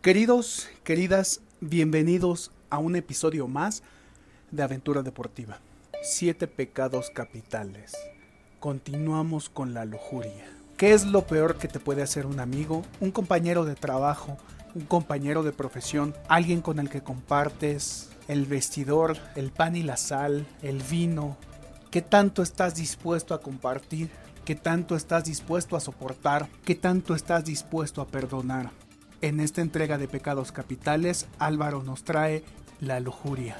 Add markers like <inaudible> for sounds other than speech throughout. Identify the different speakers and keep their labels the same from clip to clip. Speaker 1: Queridos, queridas, bienvenidos a un episodio más de Aventura Deportiva. Siete pecados capitales. Continuamos con la lujuria. ¿Qué es lo peor que te puede hacer un amigo, un compañero de trabajo, un compañero de profesión, alguien con el que compartes el vestidor, el pan y la sal, el vino? ¿Qué tanto estás dispuesto a compartir? ¿Qué tanto estás dispuesto a soportar? ¿Qué tanto estás dispuesto a perdonar? En esta entrega de Pecados Capitales, Álvaro nos trae la lujuria.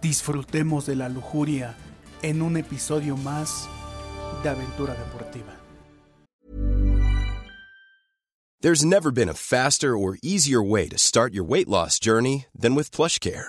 Speaker 1: Disfrutemos de la lujuria en un episodio más de Aventura Deportiva.
Speaker 2: There's never been a faster or easier way to start your weight loss journey than with PlushCare.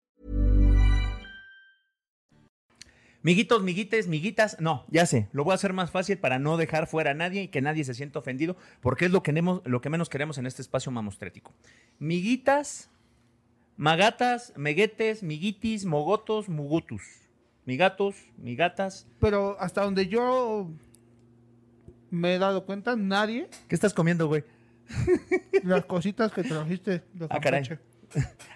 Speaker 3: Miguitos, miguites, miguitas, no, ya sé, lo voy a hacer más fácil para no dejar fuera a nadie y que nadie se sienta ofendido, porque es lo que, nemo- lo que menos queremos en este espacio mamostrético. Miguitas, magatas, meguetes, miguitis, mogotos, mugutus. Migatos, migatas.
Speaker 4: Pero hasta donde yo me he dado cuenta, nadie,
Speaker 3: ¿Qué estás comiendo, güey?
Speaker 4: las cositas que trajiste de
Speaker 3: Ah, caray.
Speaker 4: Campeche,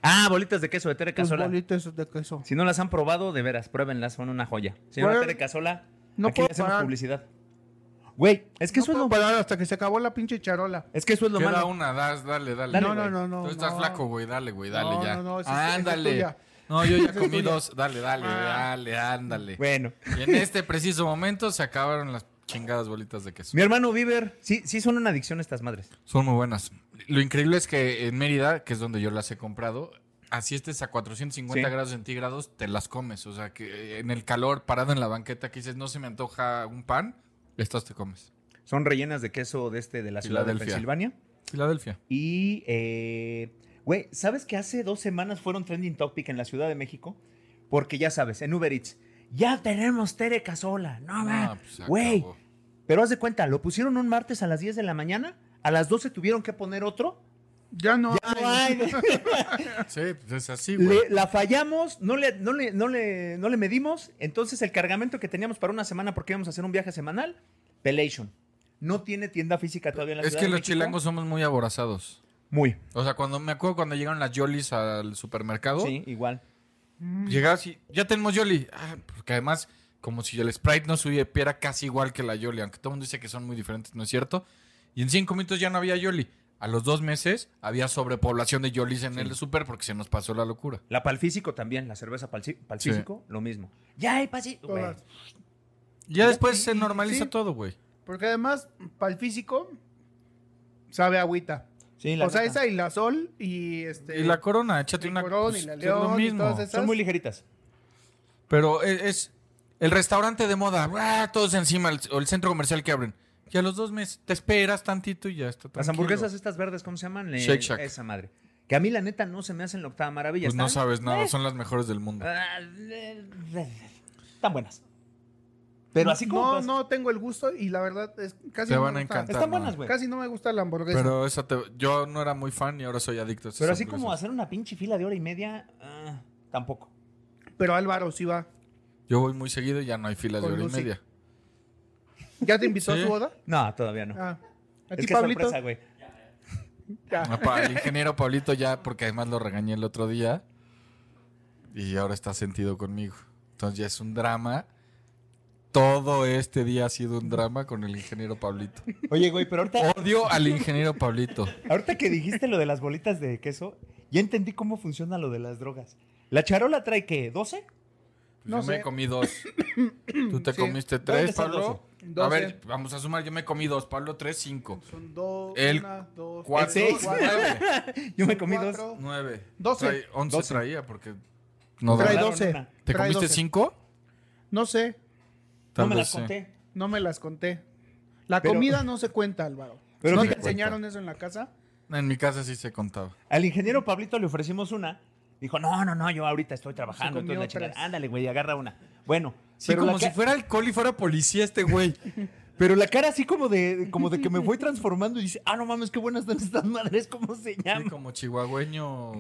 Speaker 3: Ah, bolitas de queso de Tere
Speaker 4: tus
Speaker 3: Casola.
Speaker 4: bolitas de queso.
Speaker 3: Si no las han probado, de veras, pruébenlas, son una joya. Señora
Speaker 4: Bueno,
Speaker 3: Tere Casola,
Speaker 4: Pues, no
Speaker 3: aquí le
Speaker 4: puedo
Speaker 3: hacemos
Speaker 4: parar.
Speaker 3: publicidad. Güey, es que
Speaker 4: No
Speaker 3: eso es
Speaker 4: puedo
Speaker 3: lo
Speaker 4: parar hasta que se acabó la pinche charola.
Speaker 3: Es que eso es lo
Speaker 5: Queda
Speaker 3: malo.
Speaker 5: una, das, dale, dale.
Speaker 3: Dale,
Speaker 4: no,
Speaker 3: güey.
Speaker 4: no, no, no.
Speaker 5: Tú estás
Speaker 4: no.
Speaker 5: flaco, güey, dale, güey, dale
Speaker 4: No,
Speaker 5: ya.
Speaker 4: no, no, esa es- esa es
Speaker 5: ándale.
Speaker 4: tuya.
Speaker 5: no, yo ya
Speaker 4: es
Speaker 5: comí
Speaker 4: tuya. Ah.
Speaker 5: dos. Dale, dale, dale, ándale.
Speaker 3: Bueno.
Speaker 5: Y en este preciso momento se acabaron las chingadas bolitas de queso.
Speaker 3: Mi hermano Bieber, sí, sí son una adicción estas madres.
Speaker 5: Son muy buenas. Lo increíble es que en Mérida, que es donde yo las he comprado, así estés a 450
Speaker 3: Sí.
Speaker 5: grados centígrados, te las comes. O sea, que eh, en el calor, parado en la banqueta, que dices, no se me antoja un pan, estas te comes.
Speaker 3: Son rellenas de queso de este de la ciudad de
Speaker 5: Filadelfia.
Speaker 3: Pensilvania.
Speaker 5: Filadelfia.
Speaker 3: Y, eh, güey, ¿sabes que hace dos semanas fueron trending topic en la Ciudad de México? Porque ya sabes, en Uber Eats, ya tenemos Tere Casola. No,
Speaker 5: Ah,
Speaker 3: man.
Speaker 5: pues, se
Speaker 3: güey.
Speaker 5: acabó.
Speaker 3: Pero haz de cuenta, lo pusieron un martes a las 10 de la mañana, a las 12 tuvieron que poner otro.
Speaker 4: Ya no. hay.
Speaker 3: Ay,
Speaker 5: Sí, pues es así, güey.
Speaker 3: Le- la fallamos, no le, no, le, no, le, no le medimos. Entonces, el cargamento que teníamos para una semana, porque íbamos a hacer un viaje semanal, Pelation. No tiene tienda física todavía en la
Speaker 5: Es
Speaker 3: Ciudad
Speaker 5: que
Speaker 3: de
Speaker 5: los
Speaker 3: México.
Speaker 5: chilangos somos muy aborazados.
Speaker 3: Muy.
Speaker 5: O sea, cuando me acuerdo cuando llegaron las Yolis al supermercado,
Speaker 3: Sí, igual.
Speaker 4: Mm.
Speaker 5: llegabas y ya tenemos Yoli. Ah, porque además, como si el Sprite no subiera, era casi igual que la Yoli, aunque todo el mundo dice que son muy diferentes, ¿no es cierto? Y en cinco minutos ya no había Yoli. A los dos meses había sobrepoblación de Yolis en el super porque se nos pasó la locura.
Speaker 3: La pal físico también, la cerveza pal, pal
Speaker 5: Sí.
Speaker 3: físico, lo mismo. Ya hay pasi- güey.
Speaker 4: Todas.
Speaker 5: Ya después se normaliza
Speaker 4: sí.
Speaker 5: todo, güey.
Speaker 4: Porque además, para el físico, sabe agüita.
Speaker 3: Sí, la
Speaker 4: O sea,
Speaker 3: neta.
Speaker 4: esa y la sol y este.
Speaker 5: Y la corona, échate
Speaker 4: el
Speaker 5: una.
Speaker 4: Corona
Speaker 5: pues,
Speaker 4: y la
Speaker 5: es
Speaker 4: León
Speaker 5: lo
Speaker 4: y
Speaker 5: mismo.
Speaker 4: todas esas.
Speaker 3: Son muy ligeritas.
Speaker 5: Pero es, es el restaurante de moda, ¡ah! todos encima, el- o el centro comercial que abren. Y a los dos meses te esperas tantito y ya está.
Speaker 3: Las
Speaker 5: tranquilo.
Speaker 3: hamburguesas estas verdes, ¿cómo se llaman? Le-
Speaker 5: Shake Shack.
Speaker 3: Esa madre. Que a mí, la neta, no se me hacen la octava maravilla.
Speaker 5: Pues no
Speaker 3: Están-
Speaker 5: sabes
Speaker 3: Eh,
Speaker 5: nada, son las mejores del mundo.
Speaker 3: ah, eh, eh, Están buenas. Pero así como...
Speaker 4: No,
Speaker 3: pas-
Speaker 4: no tengo el gusto y la verdad es casi.
Speaker 5: Te
Speaker 4: no
Speaker 5: van
Speaker 4: me
Speaker 5: a
Speaker 4: gusta.
Speaker 5: encantar.
Speaker 3: Están buenas, güey.
Speaker 4: Casi no me gusta la hamburguesa.
Speaker 5: Pero esa te- yo no era muy fan y ahora soy adicto. a
Speaker 3: pues
Speaker 5: esas
Speaker 3: Pero así como
Speaker 5: hamburguesas.
Speaker 3: hacer una pinche fila de hora y media, ah, tampoco.
Speaker 4: Pero Álvaro sí va.
Speaker 5: Yo voy muy seguido y ya no hay filas de
Speaker 4: Con
Speaker 5: hora y
Speaker 4: Lucy.
Speaker 5: media.
Speaker 4: ¿Ya te invitó
Speaker 5: Sí.
Speaker 4: a su boda?
Speaker 3: No, todavía no.
Speaker 4: Ah. ¿A
Speaker 3: es
Speaker 4: ti,
Speaker 3: que
Speaker 4: Pablito?
Speaker 3: es sorpresa, güey.
Speaker 4: Ya.
Speaker 5: Ah, pa- El ingeniero Pablito ya, porque además lo regañé el otro día. Y ahora está sentido conmigo. Entonces ya es un drama. Todo este día ha sido un drama con el ingeniero Pablito.
Speaker 3: Oye, güey, pero
Speaker 4: <laughs>
Speaker 3: ahorita,
Speaker 5: Odio al ingeniero Pablito.
Speaker 4: Oh.
Speaker 3: ahorita que dijiste lo de las bolitas de queso, ya entendí cómo funciona lo de las drogas. ¿La charola trae qué? ¿12?
Speaker 4: No
Speaker 5: Pues yo me
Speaker 4: sé.
Speaker 5: comí dos.
Speaker 4: <coughs>
Speaker 5: Tú te
Speaker 4: Sí.
Speaker 5: comiste tres,
Speaker 3: están
Speaker 5: Pablo.
Speaker 4: doce?
Speaker 5: A
Speaker 4: Doce.
Speaker 5: ver, vamos a sumar. Yo me comí dos, Pablo tres, cinco.
Speaker 4: Son dos,
Speaker 5: El
Speaker 4: una, dos,
Speaker 5: Cuatro,
Speaker 3: seis.
Speaker 5: nueve.
Speaker 3: Yo me comí dos.
Speaker 4: cuatro.
Speaker 5: nueve.
Speaker 4: Doce.
Speaker 5: Trae- once
Speaker 3: Doce.
Speaker 5: traía porque... No,
Speaker 4: Trae
Speaker 5: da.
Speaker 3: Guardaron
Speaker 4: doce.
Speaker 3: una.
Speaker 5: ¿Te
Speaker 4: Trae
Speaker 5: comiste
Speaker 4: doce.
Speaker 5: cinco?
Speaker 4: No sé,
Speaker 5: Tal
Speaker 3: no me
Speaker 5: vez
Speaker 3: las
Speaker 5: sí.
Speaker 3: conté.
Speaker 4: no me las conté. La
Speaker 3: Pero-
Speaker 4: comida no se cuenta, Álvaro.
Speaker 3: <laughs> Pero
Speaker 4: ¿No te
Speaker 3: fíjate-
Speaker 4: enseñaron eso en la casa?
Speaker 5: En mi casa sí se contaba.
Speaker 3: Al ingeniero Pablito le ofrecimos una. Dijo, no, no, no, yo ahorita estoy trabajando.
Speaker 4: Se comió
Speaker 3: entonces la chingada.
Speaker 4: tres.
Speaker 3: Ándale, güey, agarra una. Bueno,
Speaker 5: Sí,
Speaker 3: pero,
Speaker 5: como
Speaker 3: la
Speaker 5: si
Speaker 3: ca-
Speaker 5: fuera alcohol y fuera policía
Speaker 4: <laughs>
Speaker 5: este güey.
Speaker 3: pero la cara así como de, como de que me voy transformando y dice, ah, no mames, qué buenas están estas madres, ¿cómo se
Speaker 5: Sí,
Speaker 3: llaman?
Speaker 5: como chihuahueño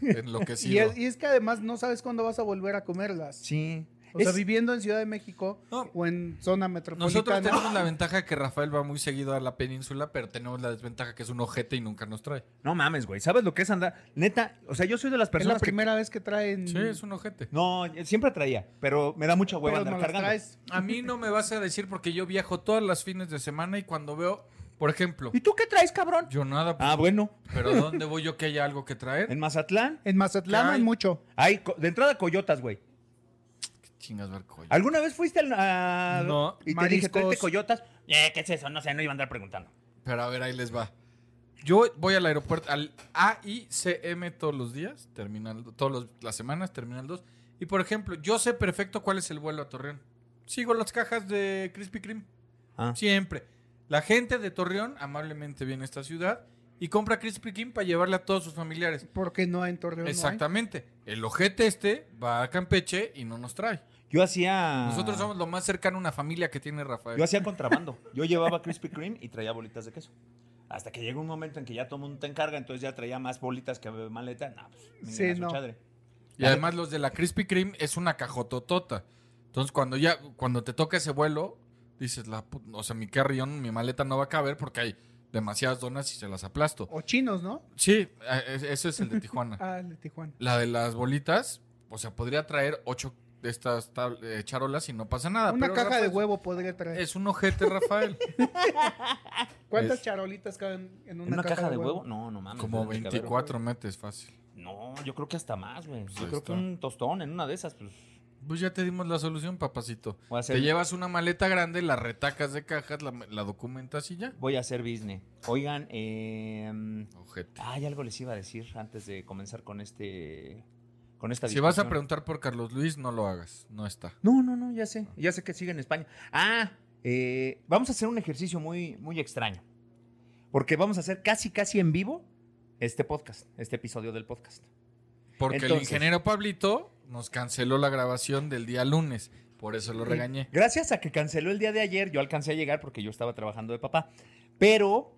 Speaker 4: Y
Speaker 5: enloquecido.
Speaker 4: es, y es que además no sabes cuándo vas a volver a comerlas.
Speaker 3: Sí.
Speaker 4: O
Speaker 3: Es-
Speaker 4: sea, viviendo en Ciudad de México
Speaker 5: No.
Speaker 4: o en zona
Speaker 5: Nosotros
Speaker 4: metropolitana.
Speaker 5: tenemos la ventaja que Rafael va muy seguido a la península, pero tenemos la desventaja que es un ojete y nunca nos trae.
Speaker 3: No mames, güey, ¿sabes lo que es andar? Neta, o sea, yo soy de las
Speaker 4: es la
Speaker 3: personas que-
Speaker 4: primera vez que traen.
Speaker 5: Sí, es un ojete.
Speaker 3: No, siempre traía, pero me da mucha hueva
Speaker 4: pero
Speaker 3: andar
Speaker 4: no las
Speaker 3: cargando.
Speaker 4: traes.
Speaker 5: A mí no me vas a decir porque yo viajo todas las fines de semana y cuando veo, por ejemplo,
Speaker 3: ¿Y tú qué traes, cabrón?
Speaker 5: yo nada, pues,
Speaker 3: Ah, bueno,
Speaker 5: pero ¿a dónde voy yo que haya algo que traer?
Speaker 3: en Mazatlán
Speaker 4: En Mazatlán
Speaker 5: ¿Qué hay?
Speaker 4: hay mucho.
Speaker 3: hay co- de entrada coyotas, güey.
Speaker 5: Qué Chingas ver coño.
Speaker 3: ¿Alguna vez fuiste al- a
Speaker 5: No.
Speaker 3: y te dije,
Speaker 4: Mariscos.
Speaker 3: "Tráete coyotas? Eh, ¿qué es eso? No sé, no iba a andar preguntando.
Speaker 5: Pero a ver, ahí les va. Yo voy al aeropuerto, al AICM todos los días, terminal, todas los- las semanas, terminal 2. Y por ejemplo, yo sé perfecto cuál es el vuelo a Torreón. Sigo las cajas de Krispy Kreme.
Speaker 3: Ah.
Speaker 5: Siempre. La gente de Torreón amablemente viene a esta ciudad y compra Krispy Kreme para llevarle a todos sus familiares.
Speaker 4: Porque no en Torreón. no hay.
Speaker 5: Exactamente. El ojete este va a Campeche y no nos trae.
Speaker 3: Yo
Speaker 4: Ah.
Speaker 3: hacía.
Speaker 5: Nosotros somos lo más cercano a una familia que tiene Rafael.
Speaker 3: Yo hacía contrabando. Yo llevaba Krispy Kreme y traía bolitas de queso. Hasta que llegó un momento en que ya todo el mundo te encarga, entonces ya traía más bolitas que maleta. No, pues, vengan
Speaker 4: Sí,
Speaker 3: a su
Speaker 4: no.
Speaker 3: chadre.
Speaker 5: Y además los de la Krispy Kreme es una cajototota. Entonces cuando ya, cuando te toca ese vuelo, dices, la pu- o sea, mi carrión, mi maleta no va a caber porque hay demasiadas donas y se las aplasto.
Speaker 4: O chinos, ¿no?
Speaker 5: Sí, eh, es- ese es el de Tijuana.
Speaker 4: <laughs> Ah, el de Tijuana.
Speaker 5: La de las bolitas, o sea, podría traer ocho de estas tab- eh, charolas y no pasa nada.
Speaker 4: Una
Speaker 5: Ah, pero
Speaker 4: caja de
Speaker 5: Rafael
Speaker 4: huevo eh. podría traer.
Speaker 5: Es un ojete,
Speaker 4: <laughs>
Speaker 5: Rafael.
Speaker 4: ¿Cuántas
Speaker 5: es-
Speaker 4: charolitas caben en
Speaker 3: ¿En
Speaker 4: una,
Speaker 3: una, caja, de huevo? No, Ah, no mames.
Speaker 5: Como
Speaker 3: debe de caber.
Speaker 5: 24 metes fácil.
Speaker 3: No, yo creo que hasta más, güey. Yo
Speaker 5: Pues ahí
Speaker 3: creo que
Speaker 5: está.
Speaker 3: un tostón en una de esas, pues.
Speaker 5: Pues ya te dimos la solución, papacito.
Speaker 3: Voy a hacer-
Speaker 5: Te llevas una maleta grande, la retacas de cajas, la, la documentas y ya.
Speaker 3: Voy a hacer business. Oigan, eh.
Speaker 5: Ojete.
Speaker 3: Ay, algo les iba a decir antes de comenzar con este. Con esta
Speaker 5: Si vas a
Speaker 3: discusión.
Speaker 5: preguntar por Carlos Luis, no lo hagas. No está.
Speaker 3: No, no, no, ya sé. Ya sé que sigue en España. Ah, eh, vamos a hacer un ejercicio muy, muy extraño. Porque vamos a hacer casi, casi en vivo este podcast, este episodio del podcast.
Speaker 5: Porque el
Speaker 3: Entonces.
Speaker 5: ingeniero Pablito nos canceló la grabación del día lunes. Por eso lo regañé.
Speaker 3: Gracias a que canceló el día de ayer, yo alcancé a llegar porque yo estaba trabajando de papá. Pero,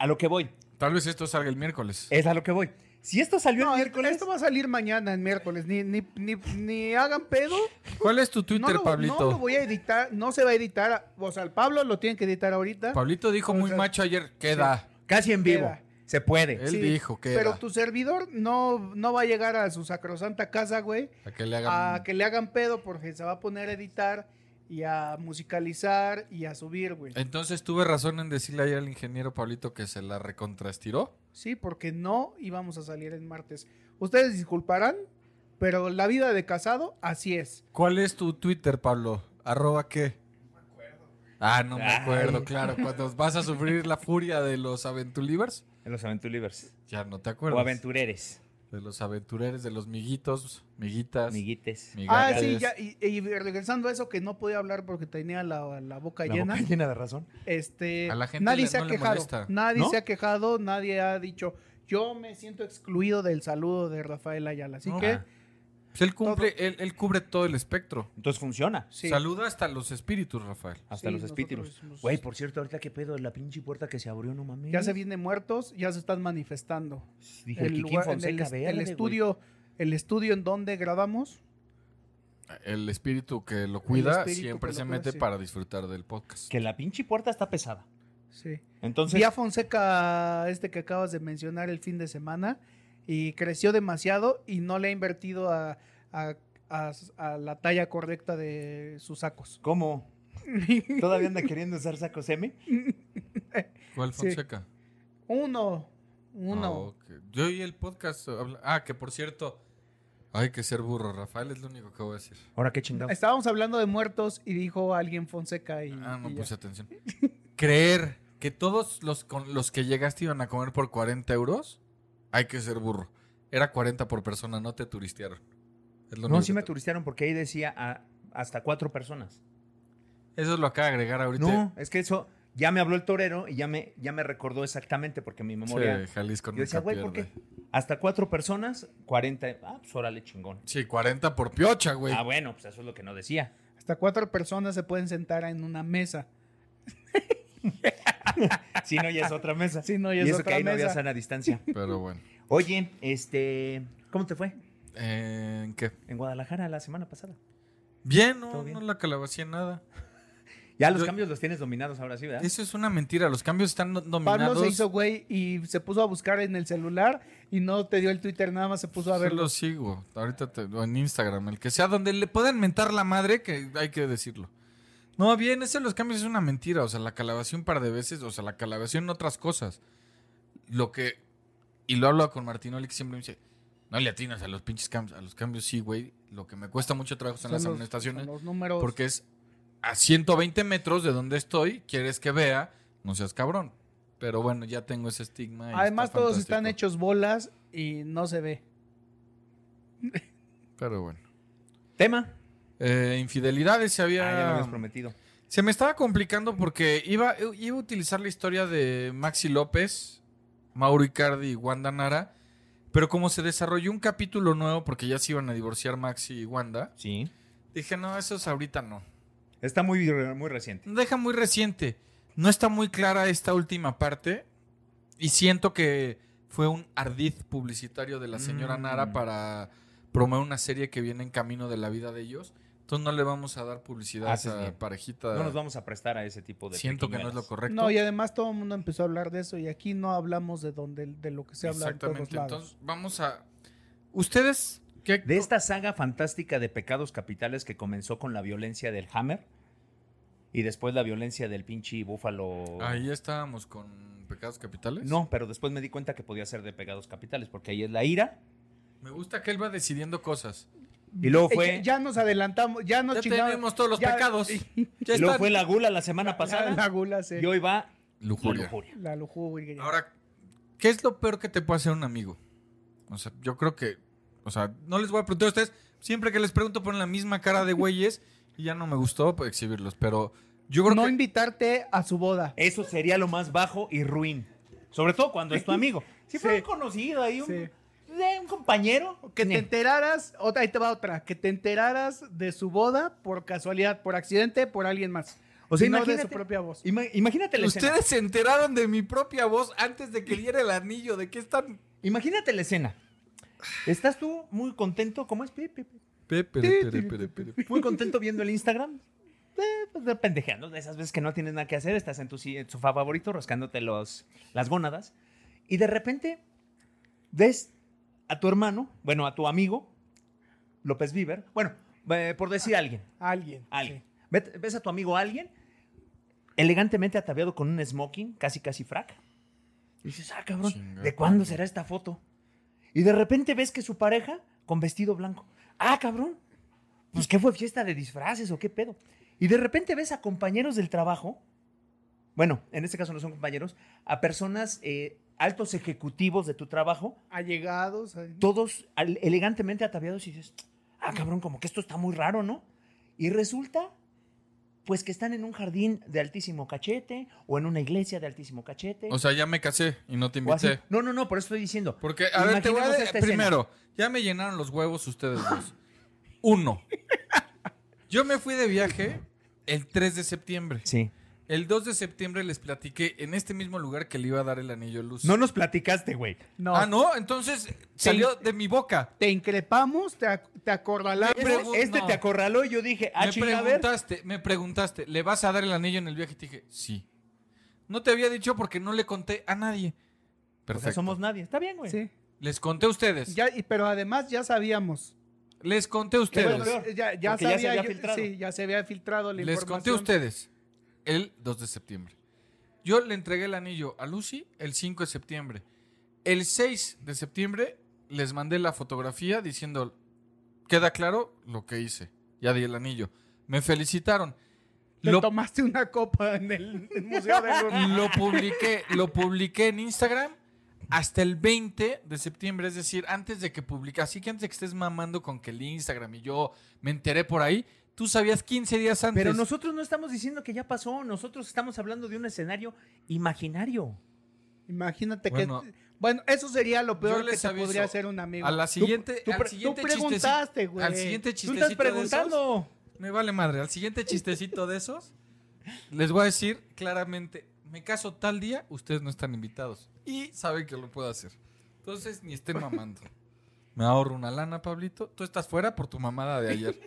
Speaker 3: a lo que voy,
Speaker 5: Tal vez esto salga el miércoles.
Speaker 4: Eh,
Speaker 3: es a lo que voy. Si esto salió
Speaker 4: No,
Speaker 3: el
Speaker 4: esto
Speaker 3: miércoles,
Speaker 4: esto va a salir mañana, en miércoles. Ni, ni, ni, ni hagan pedo.
Speaker 5: ¿Cuál es tu
Speaker 4: No
Speaker 5: Twitter,
Speaker 4: lo,
Speaker 5: Pablito?
Speaker 4: no lo voy a editar. No se va a editar. O sea, el Pablo lo tiene que editar ahorita.
Speaker 5: Pablito dijo muy
Speaker 4: sea,
Speaker 5: macho ayer. Queda.
Speaker 3: casi en vivo,
Speaker 4: Queda.
Speaker 3: se puede.
Speaker 5: Él dijo que
Speaker 4: Pero
Speaker 5: era.
Speaker 4: tu servidor no, no va a llegar a su sacrosanta casa, güey.
Speaker 5: A que le hagan.
Speaker 4: A que le hagan pedo porque se va a poner a editar y a musicalizar y a subir, güey.
Speaker 5: Entonces tuve razón en decirle ayer al ingeniero Pablito que se la recontrastiró.
Speaker 4: Sí, porque no íbamos a salir en martes. Ustedes disculparán, pero la vida de casado así es.
Speaker 5: ¿Cuál es tu Twitter, Pablo? ¿Arroba qué? Ah, no me
Speaker 3: Ay.
Speaker 5: acuerdo, claro. Cuando vas a sufrir la furia de los Aventulivers,
Speaker 3: En los Aventurivers
Speaker 5: ya no te
Speaker 3: o
Speaker 5: acuerdas.
Speaker 3: Aventureres,
Speaker 5: De los aventureros, de los miguitos, miguitas,
Speaker 3: amiguites.
Speaker 4: Ah,
Speaker 5: migates.
Speaker 4: sí, ya. Y, y regresando a eso, que no podía hablar porque tenía la, la boca
Speaker 3: La
Speaker 4: llena.
Speaker 3: boca llena de razón.
Speaker 4: Este,
Speaker 5: A la gente
Speaker 4: nadie
Speaker 5: le-
Speaker 4: se
Speaker 5: no
Speaker 4: ha
Speaker 5: le
Speaker 4: quejado.
Speaker 5: molesta.
Speaker 4: Nadie
Speaker 3: ¿No?
Speaker 4: se ha quejado, nadie ha dicho. Yo me siento excluido del saludo de Rafael Ayala. Así
Speaker 5: No.
Speaker 4: que,
Speaker 5: Ah. Pues él, cumple, él, él cubre todo el espectro.
Speaker 3: Entonces funciona.
Speaker 4: sí.
Speaker 5: Saluda hasta los espíritus, Rafael.
Speaker 3: Hasta
Speaker 4: Sí,
Speaker 3: los
Speaker 4: nosotros
Speaker 3: espíritus.
Speaker 4: hicimos-
Speaker 3: Güey, pues, por cierto, ahorita qué pedo, la pinche puerta que se abrió, no mames.
Speaker 4: Ya se vienen muertos, ya se están manifestando.
Speaker 3: Dije, el,
Speaker 4: lugar- el
Speaker 3: Fonseca,
Speaker 4: es- el
Speaker 3: verde, güey.
Speaker 4: estudio, el estudio en donde grabamos.
Speaker 5: El espíritu que lo cuida
Speaker 4: espíritu
Speaker 5: siempre
Speaker 4: que lo
Speaker 5: se
Speaker 4: cuida,
Speaker 5: mete
Speaker 4: sí.
Speaker 5: para disfrutar del podcast.
Speaker 3: Que la pinche puerta está pesada.
Speaker 4: Sí.
Speaker 3: Entonces,
Speaker 4: Vi a Fonseca, este que acabas de mencionar el fin de semana, y creció demasiado y no le ha invertido a, a- a- a la talla correcta de sus sacos. <laughs>
Speaker 3: ¿cómo? ¿Todavía anda queriendo usar sacos M?
Speaker 5: ¿Cuál
Speaker 4: Sí.
Speaker 5: Fonseca?
Speaker 4: Uno, uno.
Speaker 5: Ah, ok. Yo oí el podcast. habla- Ah, que por cierto, Hay que ser burro, Rafael, es lo único que voy a decir.
Speaker 3: Ahora qué chingados.
Speaker 4: Estábamos hablando de muertos y dijo alguien Fonseca y.
Speaker 5: Ah, no
Speaker 4: y ya.
Speaker 3: <laughs>
Speaker 5: puse atención. Creer que todos los, con los que llegaste iban a comer por 40 euros, hay que ser burro. Era 40 por persona, no te turistearon. Es lo
Speaker 3: No,
Speaker 5: único
Speaker 3: sí
Speaker 5: que
Speaker 3: me
Speaker 5: te-
Speaker 3: turistearon porque ahí decía a- hasta cuatro personas.
Speaker 5: Eso es lo acaba de agregar
Speaker 4: Este
Speaker 5: ahorita.
Speaker 3: No, es que eso ya me habló el torero y ya me, ya me recordó exactamente porque mi
Speaker 5: Sí,
Speaker 3: memoria.
Speaker 5: Jalisco
Speaker 3: Yo decía,
Speaker 5: nunca
Speaker 3: güey, ¿por qué?
Speaker 5: pierde.
Speaker 3: Hasta cuatro personas, 40. Ah, pues órale, chingón.
Speaker 5: Sí, 40 por piocha, güey.
Speaker 3: Ah, bueno, pues eso es lo que no decía.
Speaker 4: Hasta cuatro personas se pueden sentar en una mesa.
Speaker 3: Si no, ya es otra
Speaker 5: <laughs>
Speaker 3: mesa.
Speaker 4: Sí, no,
Speaker 3: y
Speaker 4: ya es
Speaker 3: eso que
Speaker 4: otra
Speaker 3: ahí no había
Speaker 4: mesa.
Speaker 3: sana distancia.
Speaker 5: Pero bueno.
Speaker 3: Oye, este. ¿Cómo te fue?
Speaker 5: Eh, ¿En qué?
Speaker 3: En Guadalajara la semana pasada.
Speaker 5: Bien, no,
Speaker 3: ¿Todo bien?
Speaker 5: no la calabacía nada.
Speaker 3: Ya los
Speaker 5: Yo-
Speaker 3: cambios los tienes dominados ahora sí, ¿verdad?
Speaker 5: Eso es una mentira. Los cambios están no-
Speaker 4: Pablo
Speaker 5: dominados.
Speaker 4: se hizo güey y se puso a buscar en el celular y no te dio el Twitter, nada más se puso Pues, a
Speaker 5: Yo
Speaker 4: verlo.
Speaker 5: lo sigo. Ahorita te- o en Instagram, el que sea, donde le puedan mentar la madre, que hay que decirlo. No, bien, ese de los cambios es una mentira. O sea, la calabación un par de veces, o sea, la calabación en otras cosas. Lo que. Y lo hablo con Martinoli, que siempre me dice: No le atinas a los pinches cambios. A los cambios sí, güey. Lo que me cuesta mucho trabajo son,
Speaker 4: Son
Speaker 5: las
Speaker 4: los-
Speaker 5: amonestaciones.
Speaker 4: son los números.
Speaker 5: Porque es a 120 metros de donde estoy, quieres que vea, no seas cabrón. Pero bueno, ya tengo ese estigma. y
Speaker 4: Además,
Speaker 5: está
Speaker 4: todos
Speaker 5: fantástico.
Speaker 4: están hechos bolas y no se ve.
Speaker 5: Pero bueno.
Speaker 3: Tema.
Speaker 5: Eh, infidelidades se
Speaker 3: Ah, ya me
Speaker 5: había.
Speaker 3: habías prometido.
Speaker 5: se me estaba complicando porque iba, iba a utilizar la historia de Maxi López, Mauro Icardi y Wanda Nara. Pero como se desarrolló un capítulo nuevo, porque ya se iban a divorciar Maxi y Wanda,
Speaker 3: Sí.
Speaker 5: dije, no, eso es ahorita no.
Speaker 3: Está muy, re- muy reciente.
Speaker 5: deja muy reciente. No está muy clara esta última parte. Y siento que fue un ardid publicitario de la señora
Speaker 3: Mm.
Speaker 5: Nara para promover una serie que viene en camino de la vida de ellos. Entonces no le vamos a dar publicidad
Speaker 3: Haces
Speaker 5: a
Speaker 3: Ah, bien.
Speaker 5: esa parejita.
Speaker 3: No nos vamos a prestar a ese tipo de.
Speaker 5: siento que no es lo
Speaker 3: triquiñuelas.
Speaker 5: correcto.
Speaker 4: No, y además todo el mundo empezó a hablar de eso y aquí no hablamos de donde de lo que se habla en todos
Speaker 5: Exactamente.
Speaker 4: lados.
Speaker 5: Entonces vamos a... Ustedes... ¿qué?
Speaker 3: De esta saga fantástica de pecados capitales que comenzó con la violencia del Hammer y después la violencia del pinche búfalo.
Speaker 5: Ahí estábamos con Pecados Capitales.
Speaker 4: Pues.
Speaker 3: No, pero después me di cuenta que podía ser de pecados capitales porque ahí es la ira.
Speaker 5: Me gusta que él va decidiendo cosas.
Speaker 3: Y luego
Speaker 4: Eh,
Speaker 3: fue,
Speaker 4: ya nos adelantamos, ya nos
Speaker 5: Ya
Speaker 4: chingamos.
Speaker 5: tenemos todos los
Speaker 4: ya-
Speaker 5: pecados. Ya
Speaker 3: y luego
Speaker 5: está.
Speaker 3: fue la gula la semana
Speaker 4: La,
Speaker 3: pasada
Speaker 4: la gula se-
Speaker 3: y hoy va
Speaker 5: Lujuria.
Speaker 3: la lujuria.
Speaker 4: La lujuria. ya.
Speaker 5: Ahora, ¿qué es lo peor que te puede hacer un amigo? O sea, yo creo que. O sea, no les voy a preguntar a ustedes. Siempre que les pregunto ponen la misma cara de güeyes y ya no me gustó pues, exhibirlos. Pero yo creo
Speaker 4: no
Speaker 5: que.
Speaker 4: invitarte a su boda.
Speaker 3: Eso sería lo más bajo y ruin. Sobre todo cuando es tu amigo. Si fue
Speaker 4: Sí.
Speaker 3: un conocido ahí, un,
Speaker 4: Sí.
Speaker 3: de un compañero.
Speaker 4: Que te
Speaker 3: ne.
Speaker 4: enteraras, otra, ahí te va otra, que te enteraras de su boda por casualidad, por accidente, por alguien más.
Speaker 3: O sea,
Speaker 4: Y no de su
Speaker 3: imagínate-
Speaker 4: propia voz.
Speaker 3: Ima- imagínate la escena.
Speaker 5: Ustedes se enteraron de mi propia voz antes de que diera el anillo. ¿De qué están?
Speaker 3: Imagínate la escena. Estás tú muy contento, ¿cómo es? Pi, pi, pi. Muy contento viendo el Instagram. Eh, pues, de pendejeando, de esas veces que no tienes nada que hacer, estás en tu si- en tu sofá favorito rascándote los, las gónadas. Y de repente ves a tu hermano, bueno, a tu amigo, López Bieber, bueno, eh, por decir alguien,
Speaker 4: Alguien.
Speaker 3: alguien.
Speaker 4: sí.
Speaker 3: Vet- Ves a tu amigo alguien, elegantemente ataviado con un smoking, casi casi frac. Y dices, ah, cabrón,
Speaker 5: Chinga,
Speaker 3: ¿de cuándo
Speaker 5: cabrón.
Speaker 3: será esta foto? Y de repente ves que su pareja con vestido blanco. Ah, cabrón, pues qué fue fiesta de disfraces o qué pedo. Y de repente ves a compañeros del trabajo, bueno, en este caso no son compañeros, a personas, eh, altos ejecutivos de tu trabajo,
Speaker 4: Allegados. ahí.
Speaker 3: todos al- elegantemente ataviados y dices, ah, cabrón, como que esto está muy raro, ¿no? Y resulta, pues que están en un jardín de altísimo cachete o en una iglesia de altísimo cachete.
Speaker 5: O sea, ya me casé y no te
Speaker 3: o así.
Speaker 5: invité.
Speaker 3: No, no, no, por eso estoy diciendo.
Speaker 5: Porque, a ver, te voy a
Speaker 3: Imaginemos
Speaker 5: de-
Speaker 3: esta escena.
Speaker 5: Primero, ya me llenaron los huevos ustedes dos. Uno. Yo me fui de viaje el 3 de septiembre.
Speaker 3: Sí.
Speaker 5: El 2 de septiembre les platiqué en este mismo lugar que le iba a dar el anillo luz.
Speaker 3: No nos platicaste, güey.
Speaker 4: No.
Speaker 5: Ah, no, entonces salió de mi boca.
Speaker 4: Te increpamos, te, ac- te acordalamos.
Speaker 5: Me pregun-
Speaker 3: Este
Speaker 5: no.
Speaker 3: te acorraló y yo dije, ah,
Speaker 5: me
Speaker 3: chinga, a ver.
Speaker 5: preguntaste, me preguntaste, ¿le vas a dar el anillo en el viaje? Y te dije, sí. No te había dicho porque no le conté a nadie.
Speaker 3: O sea,
Speaker 5: Perfecto.
Speaker 3: somos nadie. Está bien, güey.
Speaker 4: Sí.
Speaker 5: Les conté a ustedes.
Speaker 4: Ya, y- pero además ya sabíamos.
Speaker 5: Les conté a ustedes.
Speaker 3: Pero peor,
Speaker 4: ya, ya
Speaker 3: porque ya se
Speaker 4: sabía,
Speaker 3: había
Speaker 4: yo-
Speaker 3: filtrado.
Speaker 4: sí, ya se había filtrado la
Speaker 5: Les conté a
Speaker 4: información.
Speaker 5: ustedes el 2 de septiembre. Yo le entregué el anillo a Lucy el 5 de septiembre. El 6 de septiembre les mandé la fotografía diciendo, queda claro lo que hice. Ya di el anillo. Me felicitaron.
Speaker 4: Te
Speaker 5: Lo,
Speaker 4: tomaste una copa en el <laughs> en el Museo de Lourdes.
Speaker 5: lo publiqué, lo publiqué en Instagram hasta el 20 de septiembre, es decir, antes de que publique. Así que antes de que estés mamando con que el Instagram y yo me enteré por ahí, tú sabías 15 días antes.
Speaker 3: Pero nosotros no estamos diciendo que ya pasó, nosotros estamos hablando de un escenario imaginario.
Speaker 4: Imagínate
Speaker 5: Bueno.
Speaker 4: que. Bueno, eso sería lo peor
Speaker 5: les
Speaker 4: que te
Speaker 5: aviso,
Speaker 4: podría hacer un amigo.
Speaker 5: a la
Speaker 4: Tú-
Speaker 5: siguiente-
Speaker 4: Tú,
Speaker 5: al
Speaker 4: pre- tú
Speaker 5: siguiente chistecito-
Speaker 4: preguntaste, güey.
Speaker 5: al siguiente
Speaker 4: Tú estás
Speaker 5: chistecito de esos.
Speaker 4: preguntando.
Speaker 5: Me vale madre. Al siguiente chistecito de esos, les voy a decir claramente: me caso tal día, ustedes no están invitados. Y saben que lo puedo hacer. Entonces, ni estén mamando. Me ahorro una lana, Pablito. Tú estás fuera por tu mamada de ayer.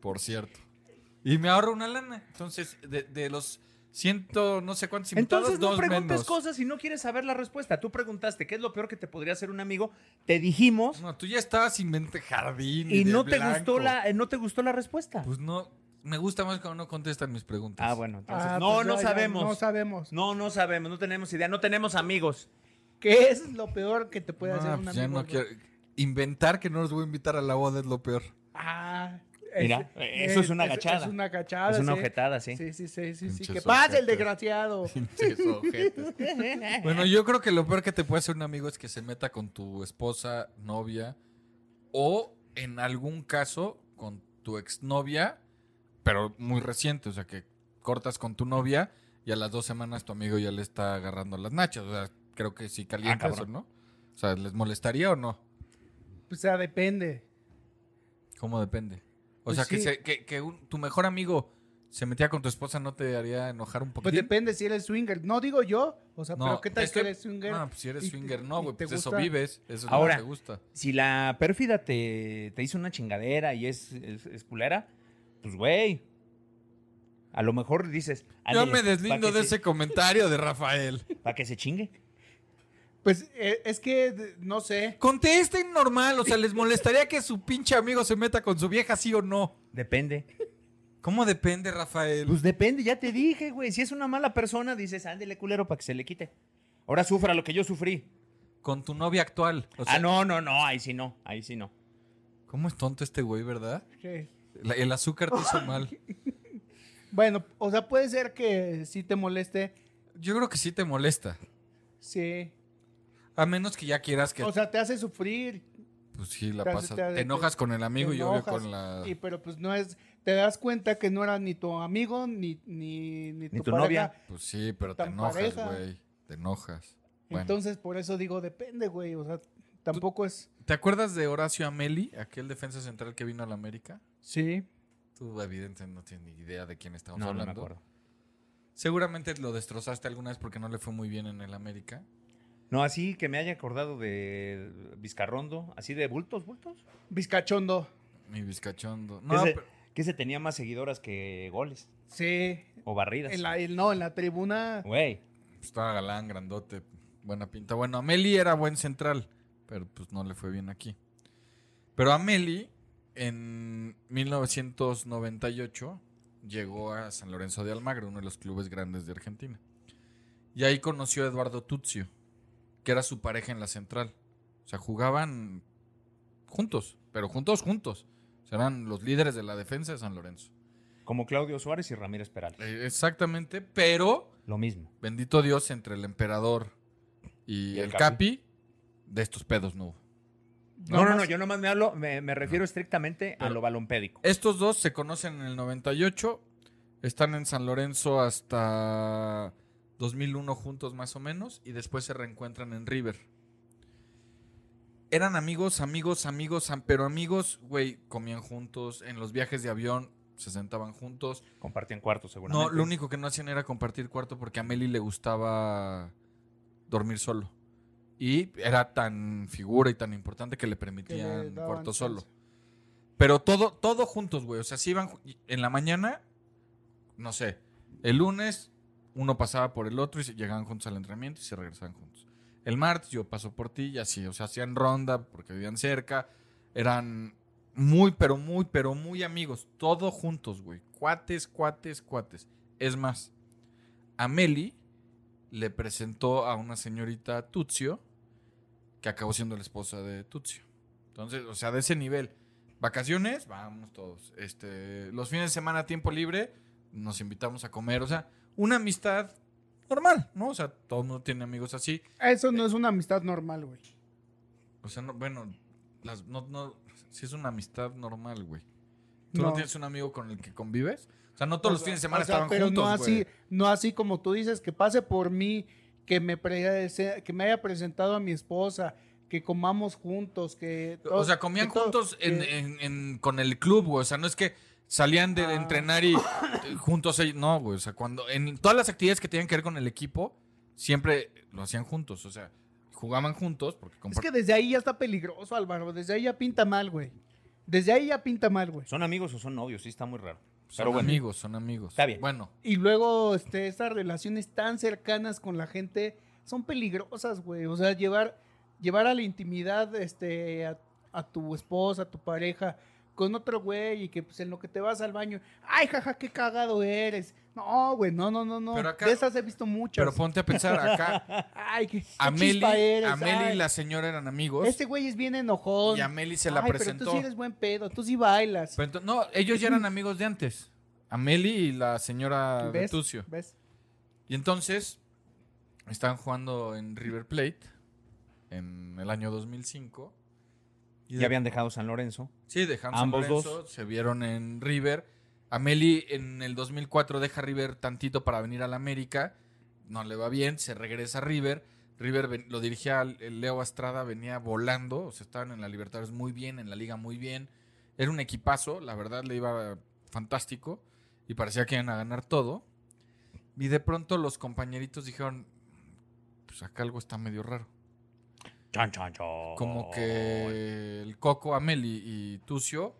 Speaker 5: por cierto. Y me ahorro una lana. Entonces, de, de los ciento, no sé cuántos invitados,
Speaker 3: Entonces no
Speaker 5: dos
Speaker 3: preguntes
Speaker 5: menos.
Speaker 3: cosas si no quieres saber la respuesta. Tú preguntaste qué es lo peor que te podría hacer un amigo, te dijimos
Speaker 5: No, tú ya estabas invente jardín.
Speaker 3: y
Speaker 5: de
Speaker 3: no te
Speaker 5: blanco.
Speaker 3: gustó la eh, no te gustó la respuesta.
Speaker 5: Pues no, me gusta más cuando no contestan mis preguntas.
Speaker 3: ah, bueno, entonces
Speaker 4: Ah,
Speaker 3: no
Speaker 4: pues
Speaker 3: no
Speaker 4: ya, ya,
Speaker 3: sabemos.
Speaker 4: No sabemos.
Speaker 3: no, no sabemos, no tenemos idea, no tenemos amigos.
Speaker 4: ¿Qué es lo peor que te puede
Speaker 5: No,
Speaker 4: hacer un
Speaker 5: pues
Speaker 4: amigo?
Speaker 5: ya
Speaker 4: güey?
Speaker 5: no quiero- Inventar que no los voy a invitar a la boda es lo peor.
Speaker 4: Ah,
Speaker 3: Mira, eso es una agachada.
Speaker 4: Es una agachada.
Speaker 3: Es una
Speaker 4: Ah, sí.
Speaker 3: ojetada, sí.
Speaker 4: Sí, sí, sí, sí. sí.
Speaker 5: Pinches
Speaker 4: Que pase el
Speaker 3: <laughs>
Speaker 5: ojetes.
Speaker 4: desgraciado. <laughs>
Speaker 5: bueno, yo creo que lo peor que te puede hacer un amigo es que se meta con tu esposa, novia o en algún caso con tu exnovia, pero muy reciente, o sea que cortas con tu novia y a las dos semanas tu amigo ya le está agarrando las nachas, o sea, creo que sí calienta
Speaker 3: cabrón.
Speaker 5: eso, ¿no? O sea, ¿les molestaría o no?
Speaker 4: O sea, depende.
Speaker 5: ¿Cómo depende? O
Speaker 4: Pues
Speaker 5: sea, que,
Speaker 4: sí.
Speaker 5: se- que- que un- tu mejor amigo se metía con tu esposa, ¿no te haría enojar un
Speaker 4: Pues
Speaker 5: poquito?
Speaker 4: depende si eres swinger. No digo yo. O sea, pero ¿qué tal
Speaker 5: estoy-
Speaker 4: que eres swinger?
Speaker 5: No, pues si eres
Speaker 4: y te-
Speaker 5: swinger, no,
Speaker 4: y
Speaker 5: güey.
Speaker 4: te
Speaker 5: Pues eso
Speaker 4: gusta?
Speaker 5: vives. Eso es
Speaker 3: Ahora.
Speaker 5: lo que te gusta.
Speaker 3: Si la pérfida te, te hizo una chingadera y es, es, es culera, pues güey. A lo mejor dices,
Speaker 5: Yo
Speaker 3: ándele,
Speaker 5: me
Speaker 3: pa'
Speaker 5: deslindo
Speaker 3: que
Speaker 5: de
Speaker 3: se-
Speaker 5: ese comentario de Rafael.
Speaker 3: <laughs> Para que se chingue.
Speaker 4: Pues eh, es que de- no sé.
Speaker 5: Contesten normal, o sea, ¿les molestaría que su pinche amigo se meta con su vieja, sí o no?
Speaker 3: Depende.
Speaker 5: ¿Cómo depende, Rafael?
Speaker 3: Pues depende, ya te dije, güey. Si es una mala persona, dices, ándele culero para que se le quite. Ahora sufra lo que yo sufrí.
Speaker 5: Con tu novia actual. O sea,
Speaker 3: ah, no, no, no, ahí sí no, ahí sí no.
Speaker 5: ¿Cómo es tonto este güey, verdad?
Speaker 4: que-
Speaker 5: La- el azúcar te
Speaker 4: <laughs>
Speaker 5: hizo mal.
Speaker 4: Bueno, o sea, puede ser que sí te moleste.
Speaker 5: Yo creo que sí te molesta.
Speaker 4: Sí.
Speaker 5: A menos que ya quieras que.
Speaker 4: O sea, te hace sufrir.
Speaker 5: pues sí, la
Speaker 4: te-
Speaker 5: pasas.
Speaker 4: te-
Speaker 5: Te enojas con el amigo
Speaker 4: te
Speaker 5: y obvio
Speaker 4: enojas,
Speaker 5: con la.
Speaker 4: y pero pues no es. Te das cuenta que no era ni tu amigo, ni, ni, ni tu,
Speaker 3: tu
Speaker 4: pareja.
Speaker 3: novia.
Speaker 5: Pues sí, pero te
Speaker 4: Tan
Speaker 5: enojas,
Speaker 4: pareja.
Speaker 5: güey. Te enojas. Bueno.
Speaker 4: Entonces, por eso digo, depende, güey. O sea, tampoco es.
Speaker 5: ¿Te acuerdas de Horacio Ameli, aquel defensa central que vino a la América?
Speaker 4: Sí.
Speaker 5: Tú evidentemente no tienes ni idea de quién estamos
Speaker 3: No, no me
Speaker 5: hablando.
Speaker 3: acuerdo.
Speaker 5: Seguramente lo destrozaste alguna vez porque no le fue muy bien en el América.
Speaker 3: No, así que me haya acordado de Vizcarrondo, así de bultos, bultos.
Speaker 4: Vizcachondo.
Speaker 5: Mi bizcachondo.
Speaker 3: que,
Speaker 5: No,
Speaker 3: se,
Speaker 5: pero-
Speaker 3: que se tenía más seguidoras que goles
Speaker 4: Sí.
Speaker 3: o barridas.
Speaker 4: En la, el- no, en la tribuna.
Speaker 3: Güey,
Speaker 5: pues, estaba galán, grandote, buena pinta. Bueno, Ameli era buen central, pero pues no le fue bien aquí. Pero Ameli, en 1998, llegó a San Lorenzo de Almagro, uno de los clubes grandes de Argentina. Y ahí conoció a Eduardo Tuzio, que era su pareja en la central. O sea, jugaban juntos, pero juntos, juntos. O sea, eran los líderes de la defensa de San Lorenzo.
Speaker 3: como Claudio Suárez y Ramírez Perales.
Speaker 5: Eh, Exactamente, pero
Speaker 3: Lo mismo.
Speaker 5: bendito Dios, entre el emperador y,
Speaker 3: Y el
Speaker 5: el Capi, de estos pedos no hubo.
Speaker 3: No, no, no,
Speaker 4: más-
Speaker 3: yo nomás me hablo, me, me refiero estrictamente a
Speaker 5: Pero-
Speaker 3: lo balompédico.
Speaker 5: Estos dos se conocen en el 98, están en San Lorenzo hasta 2001 juntos más o menos, y después se reencuentran en River. Eran amigos, amigos, amigos, am- pero amigos, güey, comían juntos, en los viajes de avión se sentaban juntos.
Speaker 3: Compartían cuarto, seguramente.
Speaker 5: No, lo único que no hacían era compartir cuarto porque a Meli le gustaba dormir solo. Y era tan figura y tan importante que le
Speaker 4: que le
Speaker 5: permitían
Speaker 4: daban
Speaker 5: cuarto
Speaker 4: chance.
Speaker 5: solo. Pero todo, todo juntos, güey. O sea, si iban ju- y- en la mañana, no sé, el lunes uno pasaba por el otro y se- llegaban juntos al entrenamiento y se regresaban juntos. El martes yo paso por ti y así. O sea, hacían ronda porque vivían cerca. Eran muy, pero muy, pero muy amigos. Todos juntos, güey. Cuates, cuates, cuates. Es más, Ameli le presentó a una señorita Tuzio que acabó siendo la esposa de Tuzio. Entonces, o sea, de ese nivel. Vacaciones, vamos todos. Este, los fines de semana, tiempo libre, nos invitamos a comer. O sea, una amistad normal, ¿no? O sea, todo el mundo tiene amigos así.
Speaker 4: Eso no es una amistad normal, güey.
Speaker 5: O sea, no- bueno, las, no, no, si es una amistad normal, güey. ¿Tú no.
Speaker 4: No.
Speaker 5: tienes un amigo con el que convives? O sea, no todos los fines de semana
Speaker 4: O sea,
Speaker 5: estaban
Speaker 4: pero
Speaker 5: juntos,
Speaker 4: no
Speaker 5: güey.
Speaker 4: así, no así como tú dices, que pase por mí, que me, prese- que me haya presentado a mi esposa, que comamos juntos, que...
Speaker 5: O sea, comían
Speaker 4: que todo- Eh,
Speaker 5: juntos en-
Speaker 4: que-
Speaker 5: en- en- con el club, güey. O sea, no es que salían de
Speaker 4: Ah.
Speaker 5: entrenar y eh, juntos ellos. No, güey. O sea, cuando. En todas las actividades que tenían que ver con el equipo, siempre lo hacían juntos. O sea, jugaban juntos porque
Speaker 4: Es que
Speaker 5: compartían.
Speaker 4: desde ahí ya está peligroso, Álvaro. Desde ahí ya pinta mal, güey. Desde ahí ya pinta mal, güey.
Speaker 3: ¿Son amigos o son novios? Sí, está muy raro.
Speaker 5: Son
Speaker 3: Pero bueno.
Speaker 5: amigos, son amigos.
Speaker 3: Está bien.
Speaker 5: Bueno,
Speaker 4: Y luego, este, estas relaciones tan cercanas con la gente son peligrosas, güey. O sea, llevar, llevar a la intimidad, este, a, a tu esposa, a tu pareja, con otro güey, y que pues en lo que te vas al baño, ay, jaja, qué cagado eres. No, güey, no, no, no, no.
Speaker 5: Pero acá-
Speaker 4: De esas he visto muchas.
Speaker 5: pero ponte a pensar acá.
Speaker 4: <laughs> ay, qué, qué
Speaker 5: Ameli,
Speaker 4: chispa eres.
Speaker 5: Ameli
Speaker 4: ay,
Speaker 5: y la señora eran amigos.
Speaker 4: Este güey es bien enojón.
Speaker 5: y Ameli se la
Speaker 4: Ay,
Speaker 5: presentó.
Speaker 4: Pero tú sí eres buen pedo, tú sí bailas.
Speaker 5: Pero ento- no, ellos ya eran amigos de antes. Ameli y la señora
Speaker 4: ¿Ves?
Speaker 5: Betucio.
Speaker 4: ¿Ves?
Speaker 5: Y entonces estaban jugando en River Plate en el año 2005. Y de-
Speaker 3: Ya habían dejado San Lorenzo.
Speaker 5: Sí, dejaron San
Speaker 3: ambos
Speaker 5: Lorenzo,
Speaker 3: dos.
Speaker 5: se vieron en River. Ameli en el 2004 deja River tantito para venir al América. No le va bien, se regresa a River. River ven- lo dirigía al- el Leo Astrada, venía volando. O sea, estaban en la Libertadores muy bien, en la Liga muy bien. Era un equipazo, la verdad le iba fantástico. Y parecía que iban a ganar todo. Y de pronto los compañeritos dijeron: Pues acá algo está medio raro.
Speaker 3: Chan, chan, chan.
Speaker 5: Como que el Coco, Amel y, y Tucio,